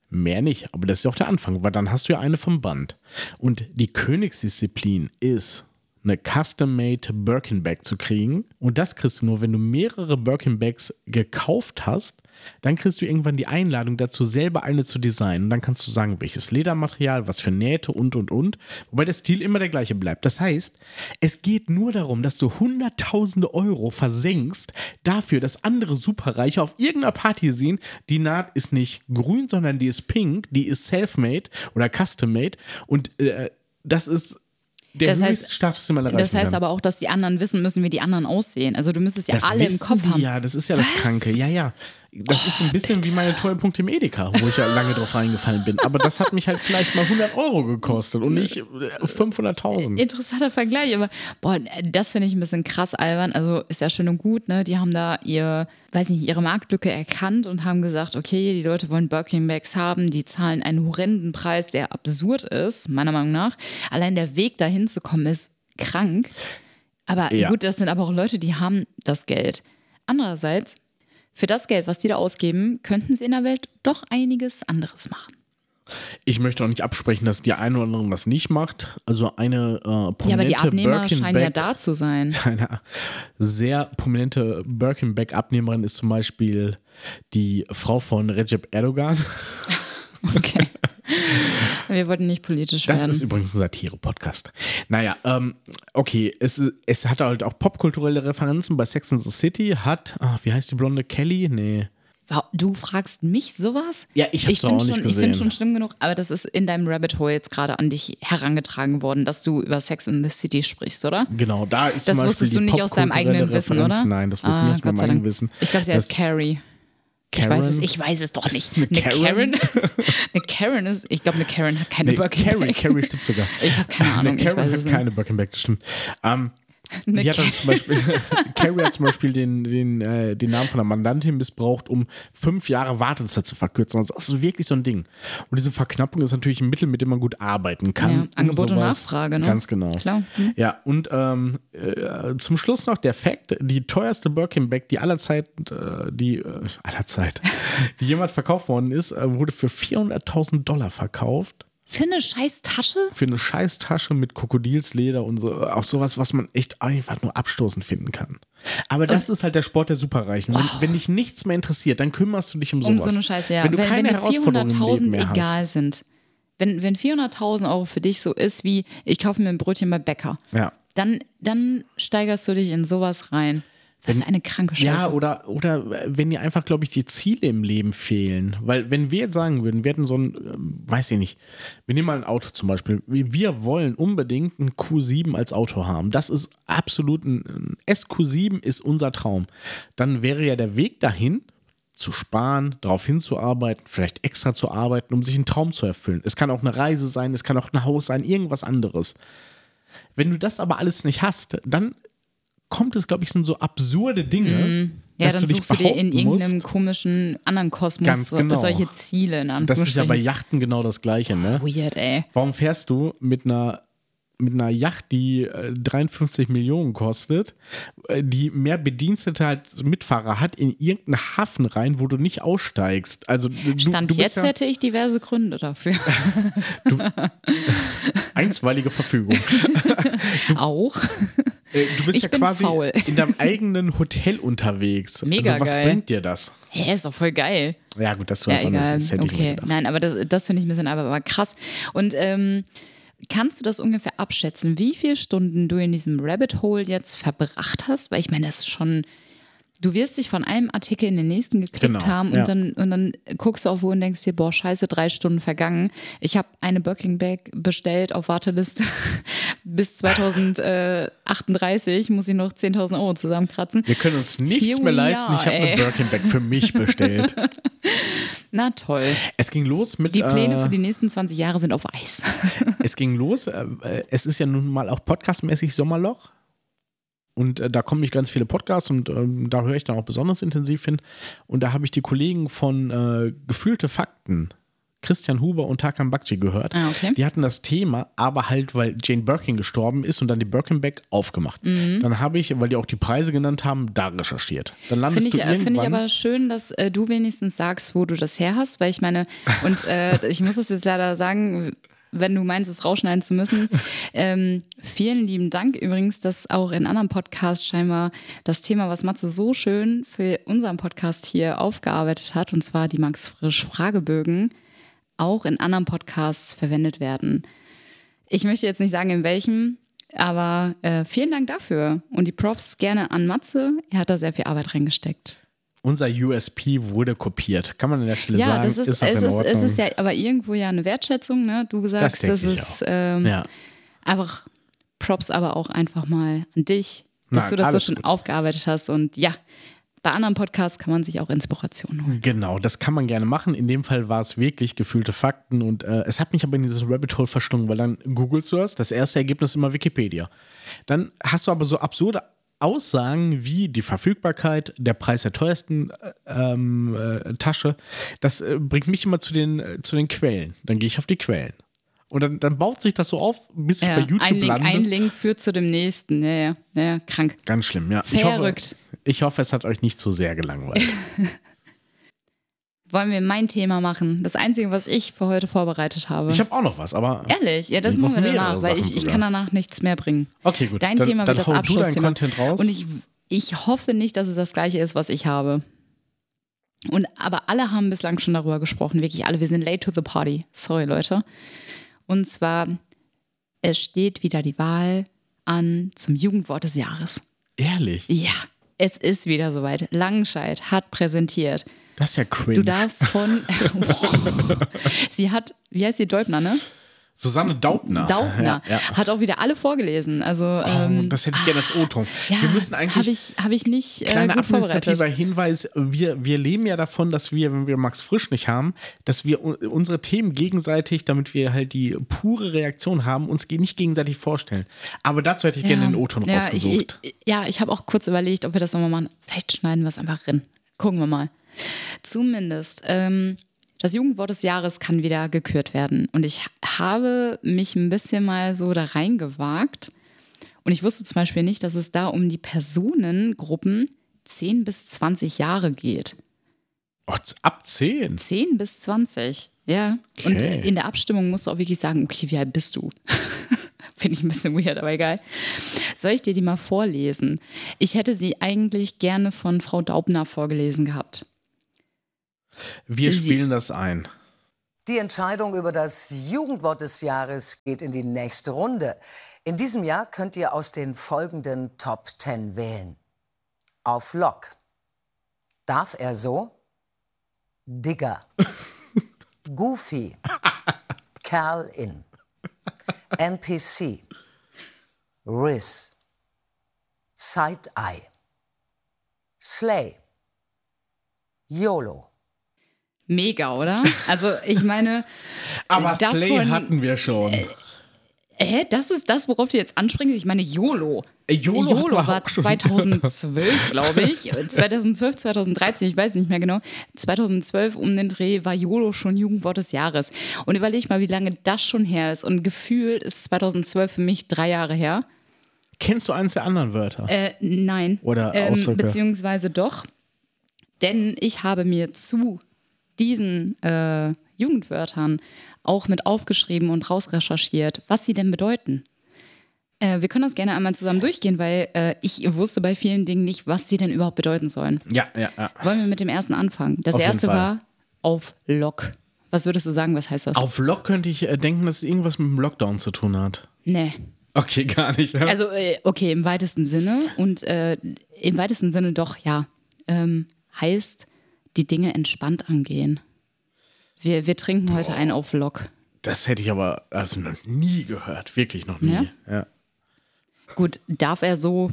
A: Mehr nicht, aber das ist ja auch der Anfang, weil dann hast du ja eine vom Band. Und die Königsdisziplin ist, eine custom-made Birkin-Bag zu kriegen. Und das kriegst du nur, wenn du mehrere Birkin-Bags gekauft hast. Dann kriegst du irgendwann die Einladung dazu, selber eine zu designen. Und dann kannst du sagen, welches Ledermaterial, was für Nähte und, und, und. Wobei der Stil immer der gleiche bleibt. Das heißt, es geht nur darum, dass du hunderttausende Euro versenkst dafür, dass andere Superreiche auf irgendeiner Party sehen, die Naht ist nicht grün, sondern die ist pink, die ist self-made oder custom-made. Und äh, das ist der
B: Das heißt-
A: höchste Status, den man erreichen
B: Das heißt
A: kann.
B: aber auch, dass die anderen wissen müssen, wie die anderen aussehen. Also du müsstest ja
A: das
B: alle im
A: wissen
B: Kopf
A: die
B: haben.
A: Ja, das ist ja das
B: Was?
A: Kranke. Ja, ja. Das ist ein bisschen wie meine tollen Punkte im Edeka, wo ich ja lange drauf reingefallen bin. Aber das hat mich halt vielleicht mal 100 Euro gekostet und nicht äh, 500.000.
B: Interessanter Vergleich, aber boah, das finde ich ein bisschen krass albern. Also ist ja schön und gut, ne? Die haben da ihr, weiß nicht, ihre Marktlücke erkannt und haben gesagt, okay, die Leute wollen Birkin-Bags haben, die zahlen einen horrenden Preis, der absurd ist, meiner Meinung nach. Allein der Weg dahin zu kommen ist krank. Aber
A: Ja.
B: gut, das sind aber auch Leute, die haben das Geld. Andererseits, für das Geld, was die da ausgeben, könnten sie in der Welt doch einiges anderes machen.
A: Ich möchte auch nicht absprechen, dass die eine oder andere das nicht macht. Also eine äh, prominente
B: Ja, aber die Abnehmer
A: Birkin
B: scheinen ja
A: Bag-
B: da zu sein.
A: Eine sehr prominente Birkin-Bag-Abnehmerin ist zum Beispiel die Frau von Recep Erdogan.
B: Okay. Wir wollten nicht politisch
A: Das
B: werden.
A: ist übrigens ein Satire-Podcast. Naja, ähm, okay, es, es hat halt auch popkulturelle Referenzen. Bei Sex and the City hat, ah, wie heißt die blonde Kelly? Nee.
B: Wow, du fragst mich sowas?
A: Ja, ich hab's
B: ich finde
A: auch nicht
B: schon, ich find
A: gesehen.
B: schon schlimm genug, aber das ist in deinem Rabbit Hole jetzt gerade an dich herangetragen worden, dass du über Sex in the City sprichst, oder?
A: Genau, da ist
B: Das
A: zum Beispiel
B: wusstest du
A: die
B: nicht aus deinem
A: popkulturelle
B: eigenen Wissen,
A: Referenz.
B: oder?
A: Nein, das wusste ich
B: Ah,
A: nicht aus
B: Gott
A: meinem
B: sei
A: eigenen
B: Dank.
A: Wissen.
B: Ich glaube, sie heißt
A: Das-
B: Carrie. Ich weiß, es, ich weiß es doch
A: Ist
B: nicht.
A: es eine Karen?
B: eine Karen ist, ich glaube, eine Karen hat keine
A: Nee,
B: nee,
A: Carrie, Carrie stimmt sogar.
B: Ich habe keine Ahnung.
A: Eine Carrie
B: ich weiß
A: hat
B: es
A: keine Birkenback, das stimmt. Ähm,
B: Eine
A: die hat dann zum Beispiel, Carrie hat zum Beispiel den, den, äh, den Namen von der Mandantin missbraucht, um fünf Jahre Wartezeit zu verkürzen. Also Das ist wirklich so ein Ding. Und diese Verknappung ist natürlich ein Mittel, mit dem man gut arbeiten kann.
B: Ja,
A: um
B: Angebot und
A: sowas-
B: Nachfrage, ne?
A: Ganz genau.
B: Klar. Mhm.
A: Ja, und ähm, äh, zum Schluss noch der Fact, die teuerste Birkin-Bag, die aller Zeit, äh, die äh, aller Zeit, die jemals verkauft worden ist, äh, wurde für 400.000 Dollar verkauft.
B: Für eine scheiß Tasche?
A: Für eine Scheißtasche mit Krokodilsleder und so, auch sowas, was man echt einfach nur abstoßend finden kann. Aber das ist halt der Sport der Superreichen. Wenn, wenn dich nichts mehr interessiert, dann kümmerst du dich um sowas.
B: Oh. Um so eine Scheiße, ja.
A: Wenn du
B: wenn,
A: keine
B: wenn dir
A: Herausforderung im Leben
B: 400.000
A: mehr hast.
B: egal sind, wenn, wenn 400.000 Euro für dich so ist wie, ich kaufe mir ein Brötchen bei Bäcker,
A: Ja.
B: dann, dann steigerst du dich in sowas rein. Was für eine kranke Scheiße.
A: Ja, oder, oder äh, wenn dir einfach, glaube ich, die Ziele im Leben fehlen. Weil, wenn wir jetzt sagen würden, wir hätten so ein, ähm, weiß ich nicht, wir nehmen mal ein Auto zum Beispiel. Wir wir wollen unbedingt ein Q7 als Auto haben. Das ist absolut ein, ein SQ7 ist unser Traum. Dann wäre ja der Weg dahin, zu sparen, darauf hinzuarbeiten, vielleicht extra zu arbeiten, um sich einen Traum zu erfüllen. Es kann auch eine Reise sein, es kann auch ein Haus sein, irgendwas anderes. Wenn du das aber alles nicht hast, dann kommt es, glaube ich, sind so absurde Dinge,
B: Mhm. ja,
A: dass
B: dann
A: du dich
B: suchst du dir in
A: behaupten
B: irgendeinem
A: musst.
B: komischen anderen Kosmos
A: Ganz
B: so,
A: genau.
B: solche Ziele in
A: Das ist ja bei
B: Anführungsstrichen.
A: Yachten genau das Gleiche, ne?
B: Weird, ey.
A: Warum fährst du mit einer mit einer Yacht, die äh, 53 Millionen kostet, äh, die mehr Bedienstete als Mitfahrer hat, in irgendeinen Hafen rein, wo du nicht aussteigst. Also du,
B: Stand
A: du bist
B: jetzt
A: ja
B: hätte ich diverse Gründe dafür.
A: einstweilige Verfügung.
B: Auch.
A: Äh, Du bist
B: Ich
A: ja
B: bin
A: quasi
B: faul.
A: in deinem eigenen Hotel unterwegs.
B: Mega
A: also, was
B: geil.
A: bringt dir das?
B: Hä, ist doch voll geil.
A: Ja, gut, dass du
B: Ja,
A: was anderes
B: egal.
A: das hätte ich mir
B: Okay.
A: gedacht.
B: Nein, aber das, das finde ich ein bisschen aber, aber krass. Und ähm, kannst du das ungefähr abschätzen, wie viele Stunden du in diesem Rabbit Hole jetzt verbracht hast? Weil ich meine, das ist schon. Du wirst dich von einem Artikel in den nächsten geklickt
A: Genau,
B: haben und,
A: ja.
B: dann, und dann guckst du auf wo und denkst dir, boah, scheiße, drei Stunden vergangen. Ich habe eine Birkin Bag bestellt auf Warteliste. Bis 2038 muss ich noch 10.000 Euro zusammenkratzen.
A: Wir können uns nichts
B: Here
A: mehr
B: we
A: leisten.
B: are,
A: ich habe eine
B: ey.
A: Birkin Bag für mich bestellt.
B: Na toll.
A: es ging los mit.
B: Die Pläne
A: äh,
B: für die nächsten 20 Jahre sind auf Eis.
A: Es ging los. äh, äh, Es ist ja nun mal auch podcastmäßig Sommerloch. Und äh, da kommen nicht ganz viele Podcasts und ähm, da höre ich dann auch besonders intensiv hin. Und da habe ich die Kollegen von äh, Gefühlte Fakten, Christian Huber und Tarkan Bakci gehört.
B: Ah, okay.
A: Die hatten das Thema, aber halt, weil Jane Birkin gestorben ist und dann die Birkin-Bag aufgemacht.
B: Mhm.
A: Dann habe ich, weil die auch die Preise genannt haben, da recherchiert. Dann landest
B: Finde ich,
A: du
B: äh,
A: irgendwann...
B: find ich aber schön, dass äh, du wenigstens sagst, wo du das her hast, weil ich meine, und äh, ich muss es jetzt leider sagen, wenn du meinst, es rausschneiden zu müssen. Ähm, vielen lieben Dank übrigens, dass auch in anderen Podcasts scheinbar das Thema, was Matze so schön für unseren Podcast hier aufgearbeitet hat, und zwar die Max Frisch Fragebögen, auch in anderen Podcasts verwendet werden. Ich möchte jetzt nicht sagen, in welchem, aber äh, vielen Dank dafür. Und die Props gerne an Matze. Er hat da sehr viel Arbeit reingesteckt.
A: unser USP wurde kopiert. Kann man an der Stelle
B: Ja,
A: sagen,
B: das ist,
A: auch
B: es,
A: in
B: ist,
A: Ordnung.
B: es ist ja aber irgendwo ja eine Wertschätzung, ne? Du
A: Das
B: sagst,
A: denke
B: das,
A: ich
B: ist ähm,
A: ja.
B: einfach Props, aber auch einfach mal an dich, dass
A: Nein,
B: du das so
A: alles
B: schon
A: gut.
B: aufgearbeitet hast. Und ja, bei anderen Podcasts kann man sich auch Inspiration holen.
A: Genau, das kann man gerne machen. In dem Fall war es wirklich gefühlte Fakten und äh, es hat mich aber in dieses Rabbit Hole verschlungen, weil dann googelst du das, das erste Ergebnis ist immer Wikipedia. Dann hast du aber so absurde Aussagen wie die Verfügbarkeit, der Preis der teuersten äh, ähm, äh, Tasche. Das äh, bringt mich immer zu den, äh, zu den Quellen. Dann gehe ich auf die Quellen. Und dann, dann baut sich das so auf, bis ich
B: Ja,
A: bei YouTube
B: ein, Link,
A: lande.
B: ein Link führt zu dem nächsten. Ja, ja, ja, krank.
A: Ganz schlimm, ja.
B: Verrückt.
A: Ich hoffe, ich hoffe, es hat euch nicht zu sehr gelangweilt.
B: Wollen wir mein Thema machen? Das Einzige, was ich für heute vorbereitet habe.
A: Ich habe auch noch was, aber
B: Ehrlich, ja, das
A: Noch
B: machen wir
A: mehrere
B: danach, weil
A: Sachen
B: ich, ich
A: sogar.
B: kann danach nichts mehr bringen.
A: Okay, gut.
B: Dein
A: Dann-
B: Thema
A: dann
B: wird das
A: hau du deinen
B: Abschlussthema.
A: Content raus.
B: Und ich, ich hoffe nicht, dass es das gleiche ist, was ich habe. Und aber alle haben bislang schon darüber gesprochen, wirklich alle. Wir sind late to the party. Sorry, Leute. Und zwar, es steht wieder die Wahl an zum Jugendwort des Jahres.
A: ehrlich.
B: Ja, es ist wieder soweit. Langenscheid hat präsentiert.
A: Das ist ja cringe.
B: Du darfst von. sie hat, wie heißt sie, Deubner, ne?
A: Susanne Daubner.
B: Daubner.
A: Ja, ja.
B: Hat auch wieder alle vorgelesen. Also,
A: Oh,
B: ähm,
A: das hätte ich gerne als O-Ton.
B: ja,
A: wir müssen
B: habe
A: eigentlich.
B: ich, hab ich nicht äh,
A: Kleiner
B: gut
A: administrativer
B: vorbereitet.
A: Hinweis, wir, wir leben ja davon, dass wir, wenn wir Max Frisch nicht haben, dass wir u- unsere Themen gegenseitig, damit wir halt die pure Reaktion haben, uns ge- nicht gegenseitig vorstellen. Aber dazu hätte ich gerne den O-Ton
B: ja,
A: rausgesucht.
B: Ich, ich, ja, ich habe auch kurz überlegt, ob wir das nochmal machen. Vielleicht schneiden wir es einfach rein. Gucken wir mal. Zumindest, ähm, das Jugendwort des Jahres kann wieder gekürt werden. Und ich habe mich ein bisschen mal so da reingewagt. Und ich wusste zum Beispiel nicht, dass es da um die Personengruppen 10 bis 20 Jahre geht.
A: oh, z- ab 10.
B: 10 bis 20. Ja. Und
A: Okay.
B: in der Abstimmung musst du auch wirklich sagen, okay, wie alt bist du? Finde ich ein bisschen weird, aber egal. Soll ich dir die mal vorlesen? Ich hätte sie eigentlich gerne von Frau Daubner vorgelesen gehabt.
A: Wir
B: Sie-
A: spielen das ein.
C: Die Entscheidung über das Jugendwort des Jahres geht in die nächste Runde. In diesem Jahr könnt ihr aus den folgenden Top 10 wählen. Auf Lock. Darf er so? Digger. Goofy. Kerl in. NPC. Riz. Side-Eye. Slay. YOLO.
B: Mega, oder? Also, ich meine,
A: Aber
B: Davon-
A: Slay hatten wir schon.
B: hä, das ist das, worauf du jetzt anspringst? Ich meine, YOLO.
A: Äh, YOLO hat man
B: war
A: auch schon.
B: 2012, glaube ich. 2012, 2013, ich weiß nicht mehr genau. 2012 um den Dreh war YOLO schon Jugendwort des Jahres. Und überleg mal, wie lange das schon her ist. Und gefühlt ist 2012 für mich drei Jahre her.
A: Kennst du eins der anderen Wörter?
B: Äh, nein. Ähm,
A: Oder Ausdrücke.
B: Beziehungsweise doch. Denn ich habe mir zu diesen äh, Jugendwörtern auch mit aufgeschrieben und rausrecherchiert, was sie denn bedeuten. Äh, wir können das gerne einmal zusammen durchgehen, weil äh, ich wusste bei vielen Dingen nicht, was sie denn überhaupt bedeuten sollen.
A: ja, ja, ja.
B: Wollen wir mit dem ersten anfangen? Das
A: Auf jeden
B: erste
A: Fall.
B: war auf Lock. Was würdest du sagen, was heißt das?
A: Auf Lock könnte ich äh, denken, dass es irgendwas mit dem Lockdown zu tun hat.
B: nee.
A: Okay, gar nicht. ne?
B: Also, äh, okay, im weitesten Sinne. Und äh, im weitesten Sinne doch, ja. Ähm, heißt, die Dinge entspannt angehen. Wir, wir trinken heute einen auf Lock.
A: das hätte ich aber also noch nie gehört. Wirklich noch nie. Ja,
B: Gut, darf er so?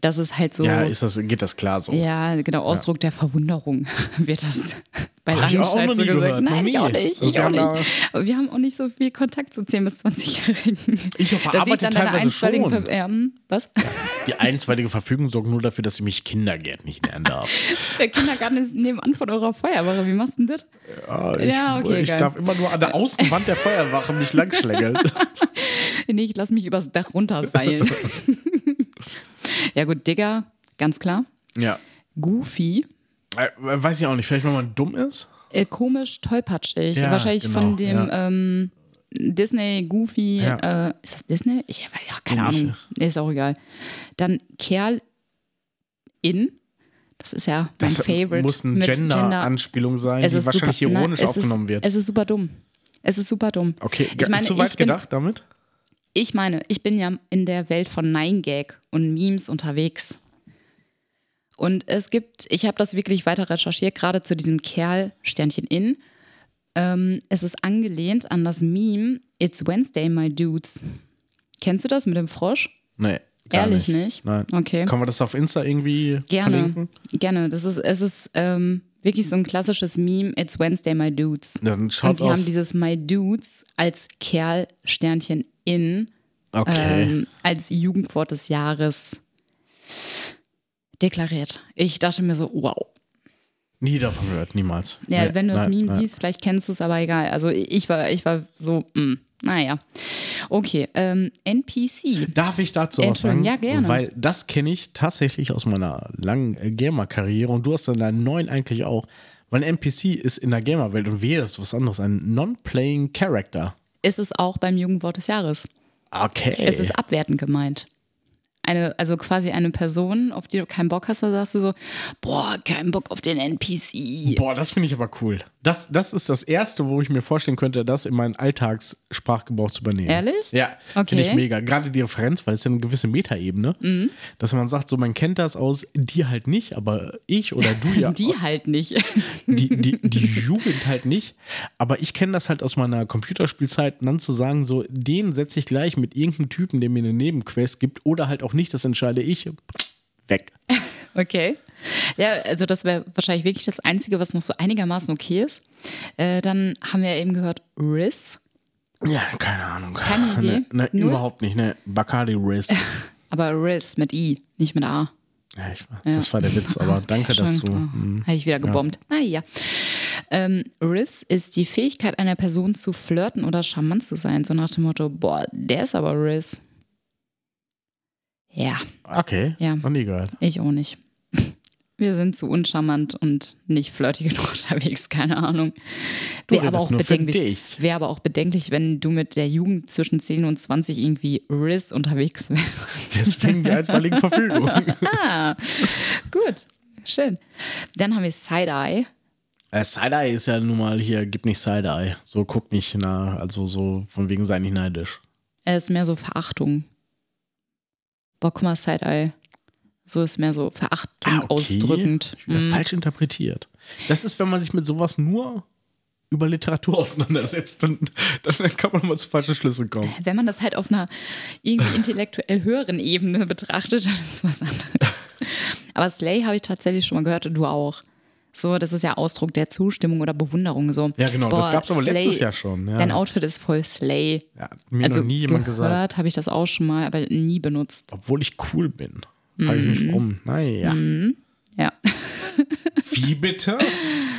B: Das ist halt so.
A: ja
B: Ja,
A: ist das, geht das klar so?
B: genau, Ausdruck der Verwunderung wird das bei
A: Hab ich auch
B: Langenscheid
A: noch
B: so
A: nie
B: gesagt.
A: gehört, noch
B: Nein, ich auch
A: nie.
B: nicht.
A: Also
B: Ich
A: wir
B: auch
A: haben
B: nicht.
A: da-
B: Aber wir haben auch nicht so viel Kontakt zu 10- bis 20-Jährigen.
A: Ich hoffe,
B: Dass
A: arbeitet
B: dann deine
A: teilweise
B: einstweiligen
A: schon.
B: Ver- ähm, was?
A: Die einstweilige Verfügung sorgt nur dafür, dass ich mich Kindergärten nicht nennen darf.
B: Der Kindergarten ist nebenan von eurer Feuerwache. Wie machst du denn das?
A: Ah, ich
B: Ja, okay,
A: ich
B: geil.
A: darf immer nur an der Außenwand der Feuerwache mich langschlängeln.
B: Nee, ich lass mich übers Dach runterseilen. ja, gut, Digger, ganz klar.
A: ja.
B: Goofy,
A: Äh, weiß ich auch nicht. Vielleicht, wenn man dumm ist?
B: äh, komisch, tollpatschig.
A: Ja,
B: Wahrscheinlich
A: genau,
B: von dem
A: ja.
B: ähm, Disney, Goofy.
A: Ja.
B: Äh, ist das Disney? Ich habe ja keine
A: Ähnlich,
B: Ahnung. Nee, ist auch egal. Dann Kerl in. Das ist ja mein
A: Das
B: Favorite.
A: muss eine
B: mit
A: Gender-Anspielung sein,
B: Es
A: die
B: ist
A: wahrscheinlich
B: super, nein,
A: ironisch
B: es
A: aufgenommen
B: ist,
A: wird.
B: Es ist super dumm. Es ist super dumm.
A: Okay,
B: ich meine,
A: zu weit
B: ich bin,
A: gedacht damit?
B: Ich meine, ich bin ja in der Welt von Nein-Gag und Memes unterwegs. Und es gibt, ich habe das wirklich weiter recherchiert, gerade zu diesem Kerl Sternchen in. Ähm, es ist angelehnt an das Meme It's Wednesday, my dudes. Kennst du das mit dem Frosch?
A: Nee. Gar
B: Ehrlich nicht?
A: Nein.
B: Okay.
A: Können wir das auf Insta irgendwie
B: Gerne.
A: verlinken?
B: Gerne. Das ist, es ist ähm, wirklich so ein klassisches Meme It's Wednesday, my dudes.
A: Dann
B: Und
A: schaut
B: sie
A: auf.
B: haben dieses My Dudes als Kerl Sternchen in
A: okay.
B: ähm, als Jugendwort des Jahres deklariert. Ich dachte mir so, wow.
A: Nie davon gehört, niemals.
B: Ja,
A: Nee,
B: wenn du das
A: nein,
B: Meme
A: nein.
B: siehst, vielleicht kennst du es, aber egal. Also ich war, ich war so, mh, naja. Okay, ähm, NPC.
A: Darf ich dazu was
B: Entschuldigung,
A: sagen?
B: äh, ja, gerne.
A: Weil das kenne ich tatsächlich aus meiner langen äh, Gamer-Karriere und du hast dann deinen neuen eigentlich auch. Weil ein NPC ist in der Gamer-Welt und wäre es was anderes, ein Non-Playing Character.
B: Ist es auch beim Jugendwort des Jahres.
A: Okay.
B: Es ist abwertend gemeint. Eine, also quasi eine Person, auf die du keinen Bock hast, da sagst du so, boah, keinen Bock auf den NPC.
A: Boah, das finde ich aber cool. Das, das ist das Erste, wo ich mir vorstellen könnte, das in meinen Alltagssprachgebrauch zu übernehmen.
B: Ehrlich?
A: Ja, finde
B: Okay. Mhm.
A: ich mega. Gerade die Referenz, weil es ja eine gewisse Metaebene, dass man sagt, so man kennt das aus, die halt nicht, aber ich oder du ja.
B: Die halt nicht.
A: die, die, die Jugend halt nicht. Aber ich kenne das halt aus meiner Computerspielzeit, und dann zu sagen, so, den setze ich gleich mit irgendeinem Typen, der mir eine Nebenquest gibt oder halt auch nicht, das entscheide ich. Weg.
B: Okay. Ja, also das wäre wahrscheinlich wirklich das Einzige, was noch so einigermaßen okay ist. Äh, dann haben wir eben gehört Riz,
A: Ja, keine Ahnung.
B: Keine Idee?
A: Nee, nee,
B: Null?
A: überhaupt nicht. Ne, Bacardi Wrist.
B: aber Riz mit I, nicht mit A.
A: Ja, ich, Das war der Witz, aber danke, dass du. hm. Mhm.
B: Oh, Hätte ich wieder gebombt. Naja. Ähm, Riz ist die Fähigkeit einer Person zu flirten oder charmant zu sein. So nach dem Motto, boah, der ist aber Riz. Ja,
A: Okay,
B: Ja.
A: Ah, noch nie gehört.
B: ich auch nicht. Wir sind zu uncharmant und nicht flirty genug unterwegs, keine Ahnung.
A: Du
B: Wäre aber,
A: redest
B: auch
A: nur für
B: bedenklich-
A: dich.
B: wäre aber auch bedenklich, wenn du mit der Jugend zwischen 10 und 20 irgendwie Riz unterwegs wärst.
A: Deswegen die einstweilige Verfügung.
B: Gut, schön. Dann haben wir Side-Eye.
A: Äh, Side-Eye ist ja nun mal hier, gib nicht Side-Eye. So guck nicht nach, also so von wegen sei nicht neidisch.
B: Er ist mehr so Verachtung. Boah, guck mal, Side-Eye. So ist mehr so
A: Ah,
B: Verachtung ausdrückend.
A: Schon wieder
B: Mm.
A: Falsch interpretiert. Das ist, wenn man sich mit sowas nur über Literatur auseinandersetzt, dann, dann kann man mal zu falschen Schlüssen kommen.
B: Wenn man das halt auf einer irgendwie intellektuell höheren Ebene betrachtet, dann ist es was anderes. Aber Slay habe ich tatsächlich schon mal gehört und du auch. So, das ist ja Ausdruck der Zustimmung oder Bewunderung. So.
A: Ja, genau, das gab's aber letztes Jahr schon, ja.
B: Dein Outfit ist voll Slay. Also
A: Ja, hat mir noch nie jemand gesagt.
B: gehört habe ich das auch schon mal, aber nie benutzt.
A: Obwohl ich cool bin. Frage ich mich um. Naja.
B: Ja.
A: Wie bitte?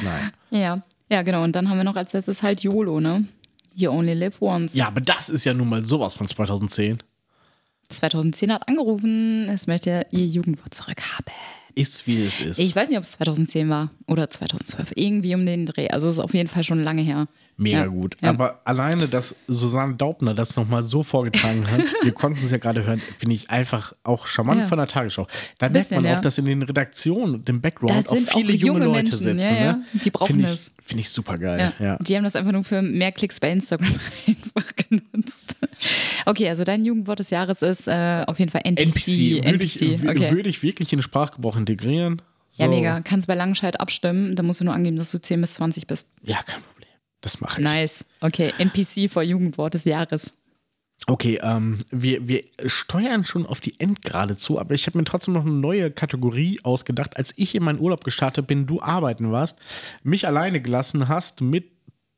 A: Nein.
B: ja. Ja, genau. Und dann haben wir noch als letztes halt YOLO, ne? You only live once.
A: Ja, aber das ist ja nun mal sowas von 2010.
B: 2010 hat angerufen, es möchte ihr Jugendwort zurückhaben.
A: Ist wie es ist.
B: Ich weiß nicht, ob es 2010 war oder 2012. Irgendwie um den Dreh. Also es ist auf jeden Fall schon lange her.
A: Mega
B: Ja,
A: gut.
B: ja.
A: Aber alleine, dass Susanne Daubner das nochmal so vorgetragen hat, wir konnten es ja gerade hören, finde ich einfach auch charmant
B: Ja.
A: von der Tagesschau. Da
B: Bisschen,
A: merkt man auch,
B: ja.
A: dass in den Redaktionen und dem
B: Da
A: Background auch
B: sind auch
A: viele junge,
B: junge
A: Leute
B: Menschen,
A: sitzen.
B: ja, ja.
A: Ne?
B: Die brauchen
A: finde ich,
B: das.
A: Finde ich super geil.
B: Ja.
A: Ja.
B: Die haben das einfach nur für mehr Klicks bei Instagram einfach genutzt. Okay, also dein Jugendwort des Jahres ist äh, auf jeden Fall NPC.
A: NPC, würde, ich, wü-
B: okay.
A: würde ich wirklich in den Sprachgebrauch integrieren. So.
B: Ja, mega. Kannst bei Langscheid abstimmen. Da musst du nur angeben, dass du 10 bis 20 bist.
A: Ja, kein Problem. Das mache ich.
B: Nice. Okay, NPC vor Jugendwort des Jahres.
A: Okay, ähm, wir, wir steuern schon auf die Endgrade zu, aber ich habe mir trotzdem noch eine neue Kategorie ausgedacht. Als ich in meinen Urlaub gestartet bin, du arbeiten warst, mich alleine gelassen hast mit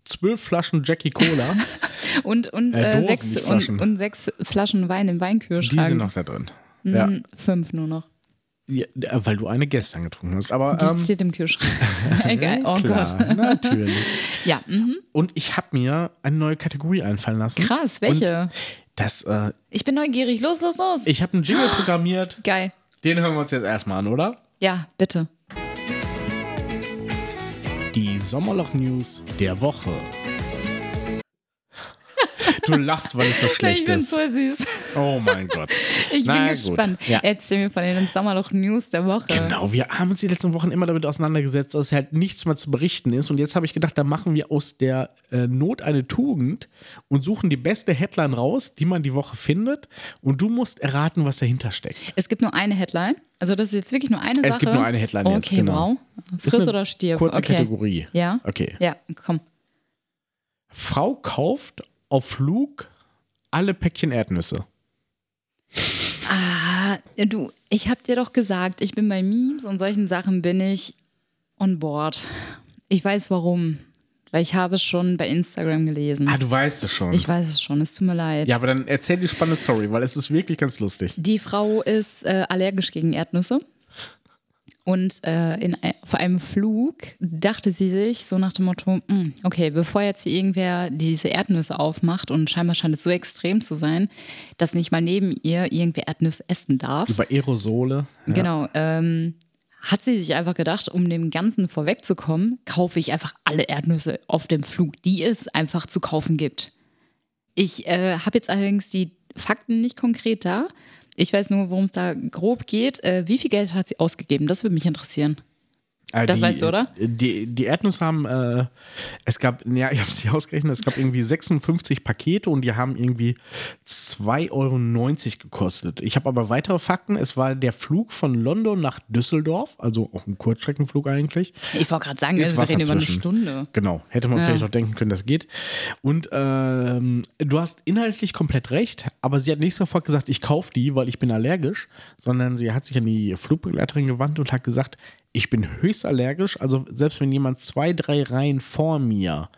A: zwölf Flaschen Jackie Cola.
B: Und, und,
A: Äh,
B: äh,
A: Dosen,
B: sechs,
A: nicht Flaschen.
B: und, und sechs Flaschen Wein im
A: die
B: Weinkühlschrank.
A: sind noch da drin. Ja,
B: Hm, Fünf nur noch.
A: ja, äh, weil du eine gestern getrunken hast. Aber
B: Die
A: ähm,
B: steht im Kühlschrank. Egal. Oh
A: klar,
B: Gott.
A: natürlich.
B: Ja, mhm.
A: Und ich habe mir eine neue Kategorie einfallen lassen.
B: krass. Welche?
A: Das, äh,
B: Ich bin neugierig. Los, los, los.
A: ich habe einen Jingle programmiert.
B: Geil.
A: Den hören wir uns jetzt erstmal an, oder?
B: Ja, bitte.
A: Die Sommerloch-News der Woche. Du lachst, weil es so
B: ich
A: schlecht
B: bin
A: ist.
B: so süß.
A: Oh mein Gott.
B: Ich
A: Na
B: bin
A: gut,
B: gespannt.
A: ja.
B: Erzähl mir von den Sommerloch-News der Woche.
A: Genau, wir haben uns die letzten Wochen immer damit auseinandergesetzt, dass halt nichts mehr zu berichten ist. Und jetzt habe ich gedacht, da machen wir aus der äh, Not eine Tugend und suchen die beste Headline raus, die man die Woche findet. Und du musst erraten, was dahinter steckt.
B: Es gibt nur eine Headline. Also das ist jetzt wirklich nur eine Sache.
A: Es gibt nur eine Headline
B: Okay,
A: jetzt, genau.
B: wow.
A: Ist
B: Friss
A: eine
B: oder stirb.
A: Kurze
B: okay.
A: Kategorie.
B: Ja.
A: Okay.
B: Ja, komm.
A: Frau kauft auf Flug alle Päckchen Erdnüsse.
B: Ah, du, ich hab dir doch gesagt, ich bin bei Memes und solchen Sachen bin ich on board. Ich weiß warum. Weil ich habe es schon bei Instagram gelesen.
A: Ah, du weißt es schon.
B: Ich weiß es schon, es tut mir leid.
A: Ja, aber dann erzähl die spannende Story, weil es ist wirklich ganz lustig.
B: Die Frau ist äh, allergisch gegen Erdnüsse. Und äh, in, ein- auf einem Flug dachte sie sich so nach dem Motto, "Hm, okay, bevor jetzt hier irgendwer diese Erdnüsse aufmacht und scheinbar scheint es so extrem zu sein, dass nicht mal neben ihr irgendwer Erdnüsse essen darf.
A: Über Aerosole.
B: Genau. Ähm, hat sie sich einfach gedacht, um dem Ganzen vorwegzukommen, kaufe ich einfach alle Erdnüsse auf dem Flug, die es einfach zu kaufen gibt. Ich äh, habe jetzt allerdings die Fakten nicht konkret da. Ich weiß nur, worum es da grob geht. Äh, wie viel Geld hat sie ausgegeben? Das würde mich interessieren.
A: Äh,
B: Das
A: die,
B: weißt du, oder?
A: Die, die Erdnüsse haben, äh, es gab, ja, ich habe sie ausgerechnet, es gab irgendwie 56 Pakete und die haben irgendwie 2,90 Euro gekostet. Ich habe aber weitere Fakten. Es war der Flug von London nach Düsseldorf, also auch ein Kurzstreckenflug eigentlich.
B: Ich wollte gerade sagen,
A: Ist
B: also wir
A: was
B: reden über eine
A: dazwischen.
B: Stunde.
A: Genau, hätte man
B: Ja.
A: vielleicht auch denken können, das geht. Und ähm, du hast inhaltlich komplett recht, aber sie hat nicht sofort gesagt, ich kaufe die, weil ich bin allergisch, sondern sie hat sich an die Flugbegleiterin gewandt und hat gesagt, ich bin höchst allergisch. Also selbst wenn jemand zwei, drei Reihen vor mir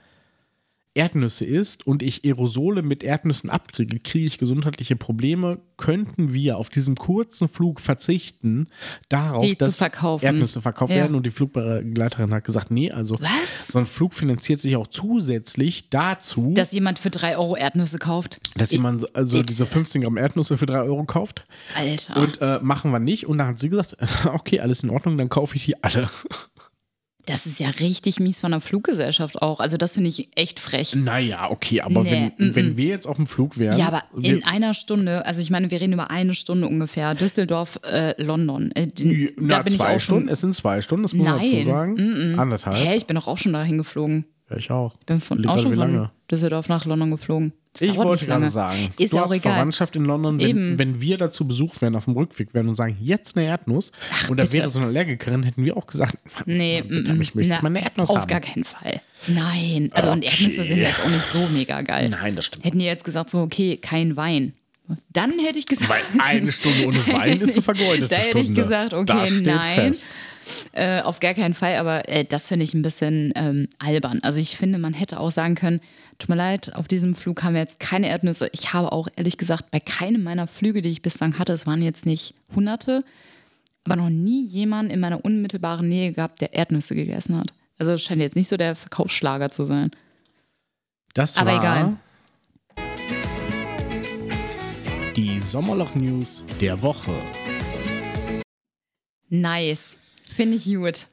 A: Erdnüsse isst und ich Aerosole mit Erdnüssen abkriege, kriege ich gesundheitliche Probleme, könnten wir auf diesem kurzen Flug verzichten darauf,
B: Die zu
A: dass
B: verkaufen.
A: Erdnüsse verkauft
B: Ja.
A: werden. Und die Flugbegleiterin hat gesagt, nee, also
B: Was?
A: so ein Flug finanziert sich auch zusätzlich dazu,
B: Dass jemand für 3 Euro Erdnüsse kauft.
A: dass jemand also
B: ich-
A: diese 15 Gramm Erdnüsse für 3 Euro kauft.
B: Alter.
A: Und äh, machen wir nicht. Und dann hat sie gesagt, okay, alles in Ordnung, dann kaufe ich die alle.
B: das ist ja richtig mies von der Fluggesellschaft auch. Also, das finde ich echt frech.
A: Naja, okay, aber
B: Nee,
A: wenn,
B: mm, mm.
A: wenn wir jetzt auf dem Flug wären.
B: Ja, aber
A: Ähm, wir-
B: in einer Stunde, also ich meine, wir reden über eine Stunde ungefähr. Düsseldorf, äh, London. Äh,
A: Ja,
B: d-
A: Na,
B: da bin ich
A: zwei
B: auch
A: Stunden.
B: schon.
A: Es sind zwei Stunden, das muss man
B: Nein.
A: dazu sagen. Anderthalb.
B: Hä, ich bin doch auch schon dahin geflogen.
A: Ja, ich auch.
B: Bin von,
A: Überleg
B: auch
A: mal,
B: schon
A: wie
B: von
A: lange.
B: Düsseldorf nach London geflogen. Das
A: Ich
B: dauert
A: wollte
B: nicht lange.
A: gerade sagen,
B: Ist
A: du
B: ja
A: hast
B: auch egal.
A: Verwandtschaft in London, wenn,
B: Eben.
A: wenn wir dazu Besuch wären auf dem Rückweg wären und sagen, jetzt eine Erdnuss und da
B: bitte.
A: wäre so eine Allergikerin, hätten wir auch gesagt,
B: Nee,
A: bitte,
B: mm, mm.
A: ich möchte
B: Na,
A: jetzt mal eine Erdnuss
B: Auf
A: haben.
B: gar keinen Fall. Nein. Also, und Erdnüsse
A: Okay.
B: sind jetzt auch nicht so mega geil.
A: Nein, das stimmt.
B: Hätten die jetzt gesagt, so, okay, kein Wein. Dann hätte ich gesagt.
A: Weil eine Stunde ohne Wein ist eine vergeudete
B: Da hätte ich
A: Stunde.
B: gesagt, okay,
A: Das steht
B: nein.
A: fest.
B: Äh, auf gar keinen Fall, aber äh, das finde ich ein bisschen ähm, albern. Also ich finde, man hätte auch sagen können, tut mir leid, auf diesem Flug haben wir jetzt keine Erdnüsse. Ich habe auch ehrlich gesagt bei keinem meiner Flüge, die ich bislang hatte, es waren jetzt nicht hunderte, aber noch nie jemand in meiner unmittelbaren Nähe gehabt, der Erdnüsse gegessen hat. Also es scheint jetzt nicht so der Verkaufsschlager zu sein.
A: Das
B: Aber
A: war
B: egal.
A: die Sommerloch-News der Woche.
B: Nice. Finde ich gut.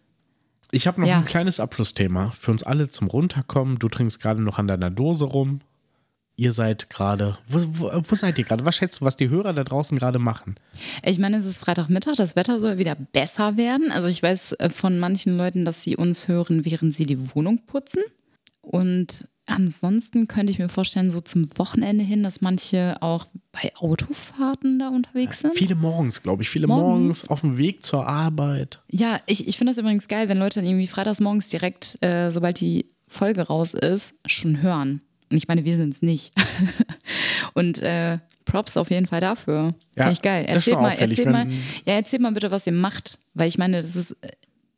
A: Ich habe noch
B: Ja.
A: ein kleines Abschlussthema für uns alle zum Runterkommen. Du trinkst gerade noch an deiner Dose rum. Ihr seid gerade. Wo, wo, wo seid ihr gerade? Was schätzt du, was die Hörer da draußen gerade machen?
B: Ich meine, es ist Freitagmittag, das Wetter soll wieder besser werden. Also ich weiß äh, von manchen Leuten, dass sie uns hören, während sie die Wohnung putzen. Und ansonsten könnte ich mir vorstellen, so zum Wochenende hin, dass manche auch bei Autofahrten da unterwegs sind.
A: Viele morgens, glaube ich. Viele morgens.
B: Morgens.
A: auf dem Weg zur Arbeit.
B: Ja, ich, ich finde das übrigens geil, wenn Leute dann irgendwie freitags morgens direkt, äh, sobald die Folge raus ist, schon hören. Und ich meine, wir sind es nicht. Und äh, Props auf jeden Fall dafür.
A: Ja,
B: Ja, Finde ich geil.
A: das ist schon
B: Erzählt mal,
A: auffällig,
B: erzählt mal,
A: wenn-
B: ja, erzählt mal bitte, was ihr macht. Weil ich meine, das ist, äh,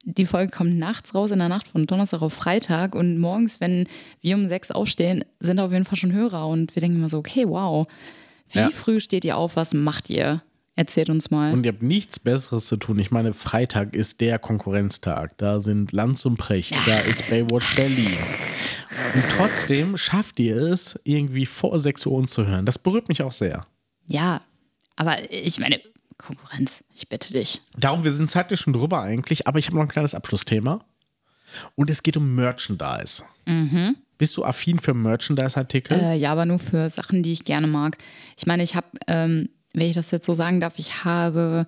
B: die Folge kommt nachts raus, in der Nacht von Donnerstag auf Freitag. Und morgens, wenn wir um sechs aufstehen, sind auf jeden Fall schon Hörer. Und wir denken immer so, okay, wow. Wie
A: Ja.
B: früh steht ihr auf? Was macht ihr? Erzählt uns mal.
A: Und ihr habt nichts Besseres zu tun. Ich meine, Freitag ist der Konkurrenztag. Da sind Lanz und Precht. Da ist Baywatch Berlin. Und trotzdem schafft ihr es, irgendwie vor 6 Uhr uns zu hören. Das berührt mich auch sehr.
B: Ja, aber ich meine, Konkurrenz, ich bitte dich.
A: Darum, wir sind zeitlich schon drüber eigentlich, aber ich habe noch ein kleines Abschlussthema. Und es geht um Merchandise. Bist du affin für Merchandise-Artikel?
B: Äh, ja, aber nur für Sachen, die ich gerne mag. Ich meine, ich habe, ähm, wenn ich das jetzt so sagen darf, ich habe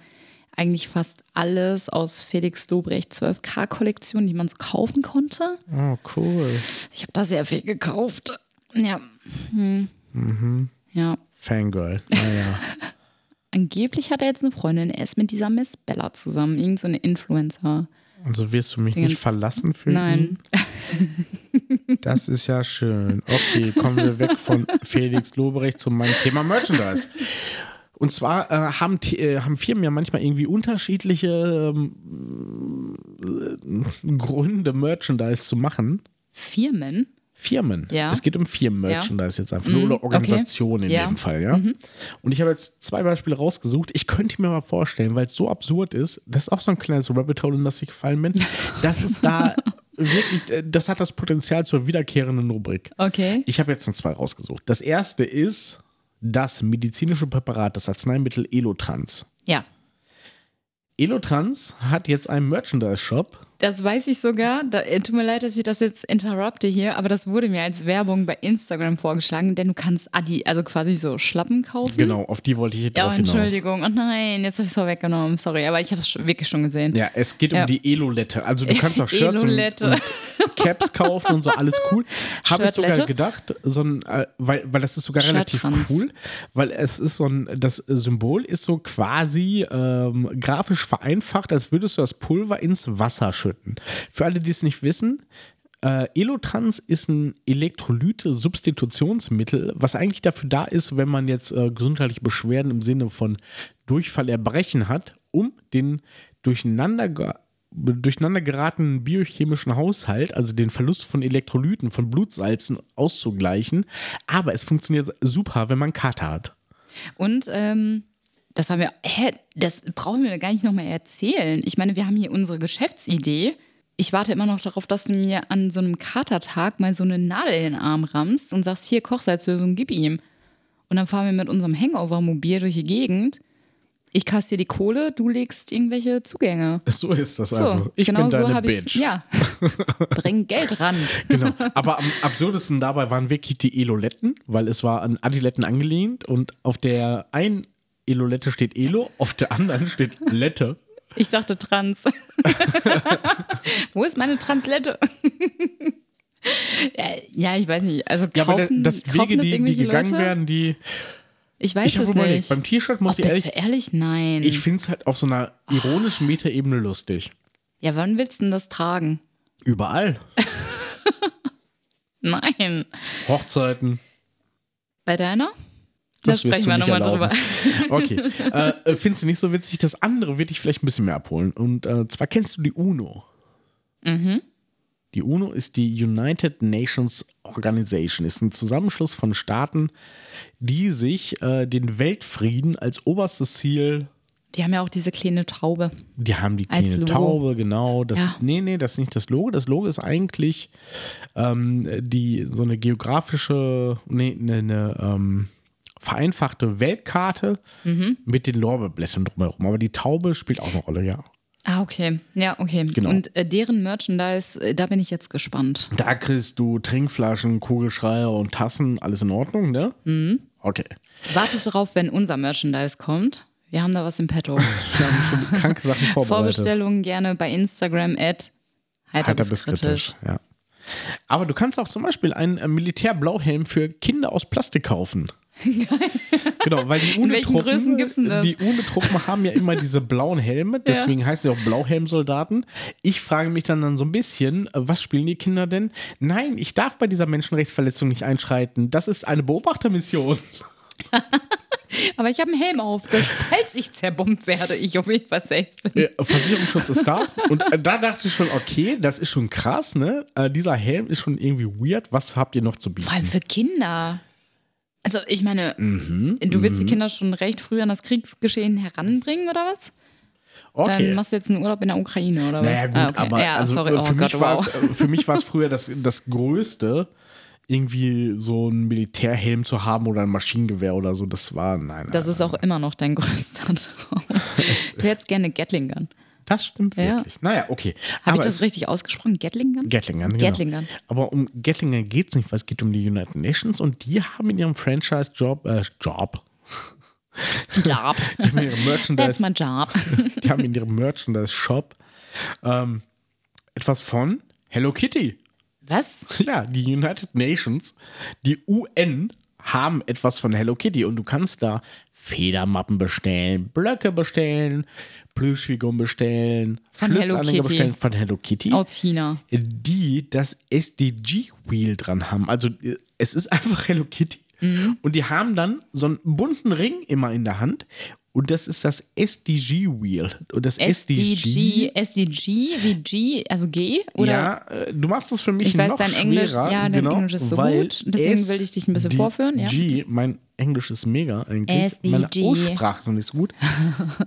B: eigentlich fast alles aus Felix Lobrecht 12K-Kollektion, die man so kaufen konnte.
A: oh, cool.
B: Ich habe da sehr viel gekauft. Ja. Hm. Ja.
A: Fangirl. Naja.
B: Angeblich hat er jetzt eine Freundin. Er ist mit dieser Miss Bella zusammen. Irgend so eine Influencer.
A: Also wirst du mich nicht
B: Dingens.
A: verlassen für ihn?
B: Nein.
A: Das ist ja schön. Okay, kommen wir weg von Felix Lobrecht zu meinem Thema Merchandise. Und zwar äh, haben, T- äh, haben Firmen ja manchmal irgendwie unterschiedliche ähm, äh, Gründe, Merchandise zu machen.
B: Firmen.
A: Firmen.
B: Ja. Mhm.
A: Es geht um Firmenmerchandise jetzt einfach nur oder Organisationen in
B: okay. Ja. Mhm.
A: dem Fall, ja. Und ich habe jetzt zwei Beispiele rausgesucht. Ich könnte mir mal vorstellen, weil es so absurd ist, das ist auch so ein kleines Rabbit Hole, in das ich gefallen bin, dass es da wirklich, äh, das hat das Potenzial zur wiederkehrenden Rubrik.
B: Okay.
A: Ich habe jetzt noch zwei rausgesucht. Das erste ist das medizinische Präparat, das Arzneimittel Elotrans.
B: Ja.
A: Elotrans hat jetzt einen Merchandise-Shop.
B: Das weiß ich sogar. Da, äh, tut mir leid, dass ich das jetzt interrupte hier, aber das wurde mir als Werbung bei Instagram vorgeschlagen, denn du kannst Adi, also quasi so Schlappen kaufen.
A: Genau, auf die wollte ich jetzt
B: Mhm. Ja,
A: drauf hinaus.
B: Entschuldigung. Oh nein, jetzt habe ich es vorweggenommen. Sorry, aber ich habe es wirklich schon gesehen.
A: Ja, es geht um
B: Ja.
A: die Elolette. Also du kannst auch Shirts und,
B: Elolette.
A: und Caps kaufen und so, alles cool. Habe ich sogar
B: Shirtlette?
A: gedacht, so ein, äh, weil, weil das ist sogar relativ
B: Shirttrans.
A: cool, weil es ist so ein, das Symbol ist so quasi ähm, grafisch vereinfacht, als würdest du das Pulver ins Wasser schütten. Für alle, die es nicht wissen, äh, Elotrans ist ein Elektrolyte-Substitutionsmittel, was eigentlich dafür da ist, wenn man jetzt äh, gesundheitliche Beschwerden im Sinne von Durchfall, Erbrechen hat, um den durcheinander ge- durcheinander geratenen biochemischen Haushalt, also den Verlust von Elektrolyten, von Blutsalzen auszugleichen. Aber es funktioniert super, wenn man Kater hat.
B: Und ähm, das haben wir, hä, das brauchen wir gar nicht nochmal erzählen. Ich meine, wir haben hier unsere Geschäftsidee. Ich warte immer noch darauf, dass du mir an so einem Katertag mal so eine Nadel in den Arm rammst und sagst, hier Kochsalzlösung, gib ihm. Und dann fahren wir mit unserem Hangover-Mobil durch die Gegend. Ich kassiere die Kohle, du legst irgendwelche Zugänge.
A: So ist das
B: So,
A: also. Ich
B: genau
A: bin
B: so
A: deine
B: habe ich
A: Bitch.
B: Ja. Bring Geld ran.
A: Genau. Aber am absurdesten dabei waren wirklich die Eloletten, weil es war an Adiletten angelehnt und auf der einen Elolette steht Elo, auf der anderen steht Lette.
B: Ich dachte Trans. Wo ist meine Translette? ja, ja, ich weiß nicht. Also
A: Ja, aber
B: kaufen,
A: das
B: kaufen
A: Wege,
B: das
A: die, die
B: irgendwelche
A: gegangen
B: Leute?
A: werden, die.
B: Ich weiß
A: Ich
B: es
A: habe überlegt,
B: nicht.
A: beim T-Shirt muss
B: Ach,
A: ich
B: bist
A: ehrlich.
B: du ehrlich? Nein.
A: Ich finde es halt auf so einer ironischen Metaebene lustig.
B: ja, wann willst du denn das tragen?
A: Überall.
B: Nein.
A: Hochzeiten.
B: Bei deiner?
A: Das
B: da
A: wirst
B: sprechen
A: du
B: wir
A: nicht
B: nochmal
A: erlauben.
B: drüber.
A: Okay. Äh, Findest du nicht so witzig? Das andere wird dich vielleicht ein bisschen mehr abholen. Und äh, zwar kennst du die UNO. Die UNO ist die United Nations Organization, ist ein Zusammenschluss von Staaten, die sich äh, den Weltfrieden als oberstes Ziel,
B: Die haben ja auch diese kleine Taube.
A: die haben die
B: Als
A: kleine
B: Logo.
A: Taube, genau. Das,
B: Ja.
A: Nee, nee, das ist nicht das Logo. Das Logo ist eigentlich ähm, die, so eine geografische, nee, eine, eine ähm, vereinfachte Weltkarte
B: Mhm.
A: mit den Lorbeerblättern drumherum. Aber die Taube spielt auch eine Rolle, ja.
B: Ah, okay. Ja, okay.
A: Genau.
B: Und äh, deren Merchandise, äh, da bin ich jetzt gespannt.
A: Da kriegst du Trinkflaschen, Kugelschreier und Tassen, alles in Ordnung, ne?
B: Mhm.
A: Okay.
B: Wartet darauf, wenn unser Merchandise kommt. Wir haben da was im Petto.
A: Wir haben schon kranke Sachen vorbereitet.
B: Vorbestellungen gerne bei Instagram at heiter
A: Heiter
B: bis
A: bis
B: kritisch.
A: Ja. Aber du kannst auch zum Beispiel einen äh, Militärblauhelm für Kinder aus Plastik kaufen. Genau, weil die
B: welchen Größen gibt's denn
A: UNO-Truppen
B: das?
A: die UNO-Truppen haben ja immer diese blauen Helme, deswegen heißen sie auch Blauhelmsoldaten. Ich frage mich dann, dann so ein bisschen, äh, was spielen die Kinder denn? Nein, ich darf bei dieser Menschenrechtsverletzung nicht einschreiten. Das ist eine Beobachtermission.
B: Aber ich habe einen Helm auf, dass falls ich zerbombt werde, ich auf jeden Fall safe bin.
A: Ja, Äh, Versicherungsschutz ist da. Und äh, da dachte ich schon, okay, das ist schon krass, ne? Äh, dieser Helm ist schon irgendwie weird. Was habt ihr noch zu bieten?
B: Vor allem für Kinder. Also ich meine,
A: Mhm,
B: du willst die Kinder schon recht früh an das Kriegsgeschehen heranbringen oder was? Dann
A: Okay.
B: machst du jetzt einen Urlaub in der Ukraine oder was?
A: Naja, gut,
B: Ah, okay.
A: aber
B: ja,
A: also,
B: sorry,
A: äh,
B: oh
A: für,
B: Gott,
A: mich war's,
B: wow.
A: äh, für mich war es früher das, das Größte, irgendwie so einen Militärhelm zu haben oder ein Maschinengewehr oder so. Das war, nein.
B: Das
A: nein,
B: ist auch immer noch dein größter Traum. Du hättest gerne Gatling Gun.
A: das stimmt
B: Ja.
A: wirklich. Naja, okay.
B: Habe ich
A: Aber
B: das
A: es-
B: richtig ausgesprochen? Gatling Gun?
A: Gatlingern, genau.
B: Gatling Gun.
A: Aber um Gatlingern geht es nicht, weil es geht um die United Nations und die haben in ihrem Franchise-Job, äh, Job,
B: Job.
A: in ihrem
B: That's
A: Merchandise
B: my job.
A: die haben in ihrem Merchandise-Shop ähm, etwas von Hello Kitty.
B: Was?
A: Ja, die United Nations, die UN haben etwas von Hello Kitty und du kannst da Federmappen bestellen, Blöcke bestellen, Plüschfiguren bestellen,
B: Von Hello
A: Schlüsselanhänger
B: Kitty.
A: bestellen von Hello Kitty,
B: Aus China.
A: die das SDG-Wheel dran haben. Also äh, es ist einfach Hello Kitty
B: Mhm.
A: und die haben dann so einen bunten Ring immer in der Hand und das ist das SDG-Wheel. Und das SDG
B: SDG, SDG, wie G, also G? Oder?
A: ja, äh, du machst das für mich
B: Ich weiß,
A: noch
B: dein
A: schwerer.
B: Englisch- ja, dein
A: genau,
B: Englisch ist so
A: weil
B: gut. Deswegen will ich dich ein bisschen
A: SDG,
B: vorführen, ja.
A: mein Englisch ist mega eigentlich.
B: SDG.
A: Meine Aussprache ist noch nicht so gut.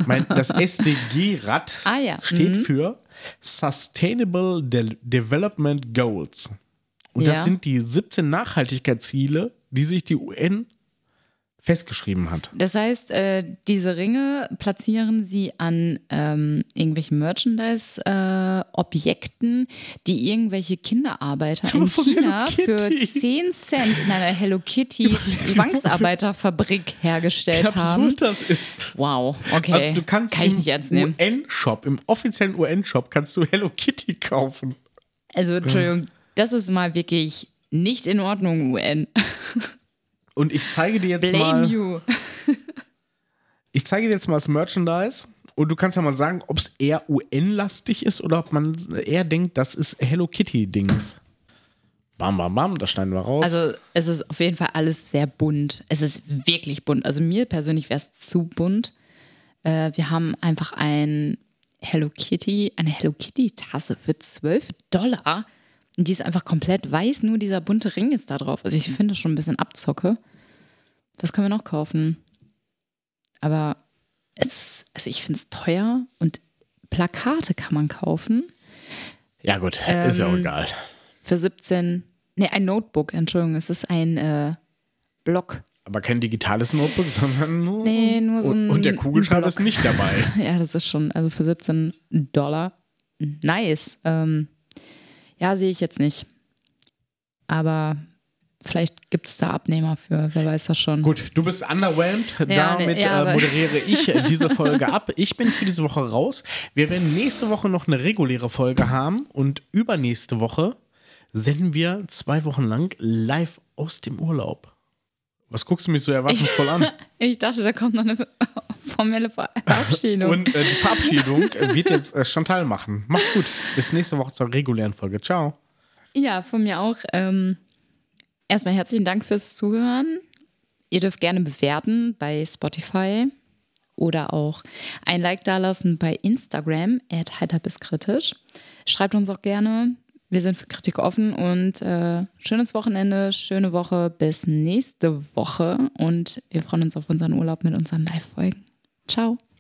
A: mein, das SDG-Rad
B: Ah, ja,
A: steht für Sustainable De Development Goals. Und
B: Ja.
A: das sind die 17 Nachhaltigkeitsziele, die sich die UN festgeschrieben hat.
B: Das heißt, äh, diese Ringe platzieren sie an ähm, irgendwelchen Merchandise-Objekten, die irgendwelche Kinderarbeiter in
A: von
B: China
A: Hello
B: für
A: Kitty. genau.
B: 10 Cent in einer Hello Kitty Zwangsarbeiterfabrik hergestellt haben.
A: Absurd das ist.
B: Wow, okay.
A: Also du kannst
B: Kann ich
A: im
B: nicht ernst nehmen.
A: UN-Shop, im offiziellen UN-Shop kannst du Hello Kitty kaufen.
B: Also, Entschuldigung, das ist mal wirklich nicht in Ordnung, UN.
A: Und ich zeige dir jetzt
B: Blame
A: mal,
B: you.
A: ich zeige dir jetzt mal das Merchandise und du kannst ja mal sagen, ob es eher UN-lastig ist oder ob man eher denkt, das ist Hello Kitty Dings. Bam, bam, bam, das schneiden wir raus.
B: Also es ist auf jeden Fall alles sehr bunt. Es ist wirklich bunt. Also mir persönlich wäre es zu bunt. Äh, wir haben einfach ein Hello Kitty, eine Hello Kitty-Tasse für 12 Dollar. Und die ist einfach komplett weiß, nur dieser bunte Ring ist da drauf. Also ich finde das schon ein bisschen abzocke. Was können wir noch kaufen? Aber es, also ich finde es teuer und Plakate kann man kaufen
A: Ja, gut, ist ja auch
B: Ähm,
A: egal.
B: für 17. Ne, ein Notebook, Entschuldigung, es ist ein äh, Block.
A: Aber kein digitales Notebook, sondern nur.
B: Nee, nur so
A: und, und der
B: ein-
A: Kugelschreiber
B: ein
A: ist
B: Block.
A: nicht dabei.
B: Ja, das ist schon, also für 17 Dollar. Nice. Ähm, ja, sehe ich jetzt nicht. Aber vielleicht gibt es da Abnehmer für, wer weiß das schon.
A: Gut, du bist underwhelmed.
B: Ja, nee,
A: Damit
B: ja,
A: äh,
B: aber-
A: moderiere ich äh, diese Folge ab. Ich bin für diese Woche raus. Wir werden nächste Woche noch eine reguläre Folge haben und übernächste Woche senden wir zwei Wochen lang live aus dem Urlaub. Was guckst du mich so erwartungsvoll an?
B: Ich dachte, da kommt noch eine formelle Ver- Verabschiedung.
A: Und äh, die Verabschiedung äh, wird jetzt äh, Chantal machen. Macht's gut. Bis nächste Woche zur regulären Folge. Ciao.
B: Ja, von mir auch. Ähm, erstmal herzlichen Dank fürs Zuhören. Ihr dürft gerne bewerten bei Spotify oder auch ein Like dalassen bei Instagram at heiter bis kritisch. Schreibt uns auch gerne. Wir sind für Kritik offen und äh, schönes Wochenende, schöne Woche, bis nächste Woche und wir freuen uns auf unseren Urlaub mit unseren Live-Folgen. Ciao.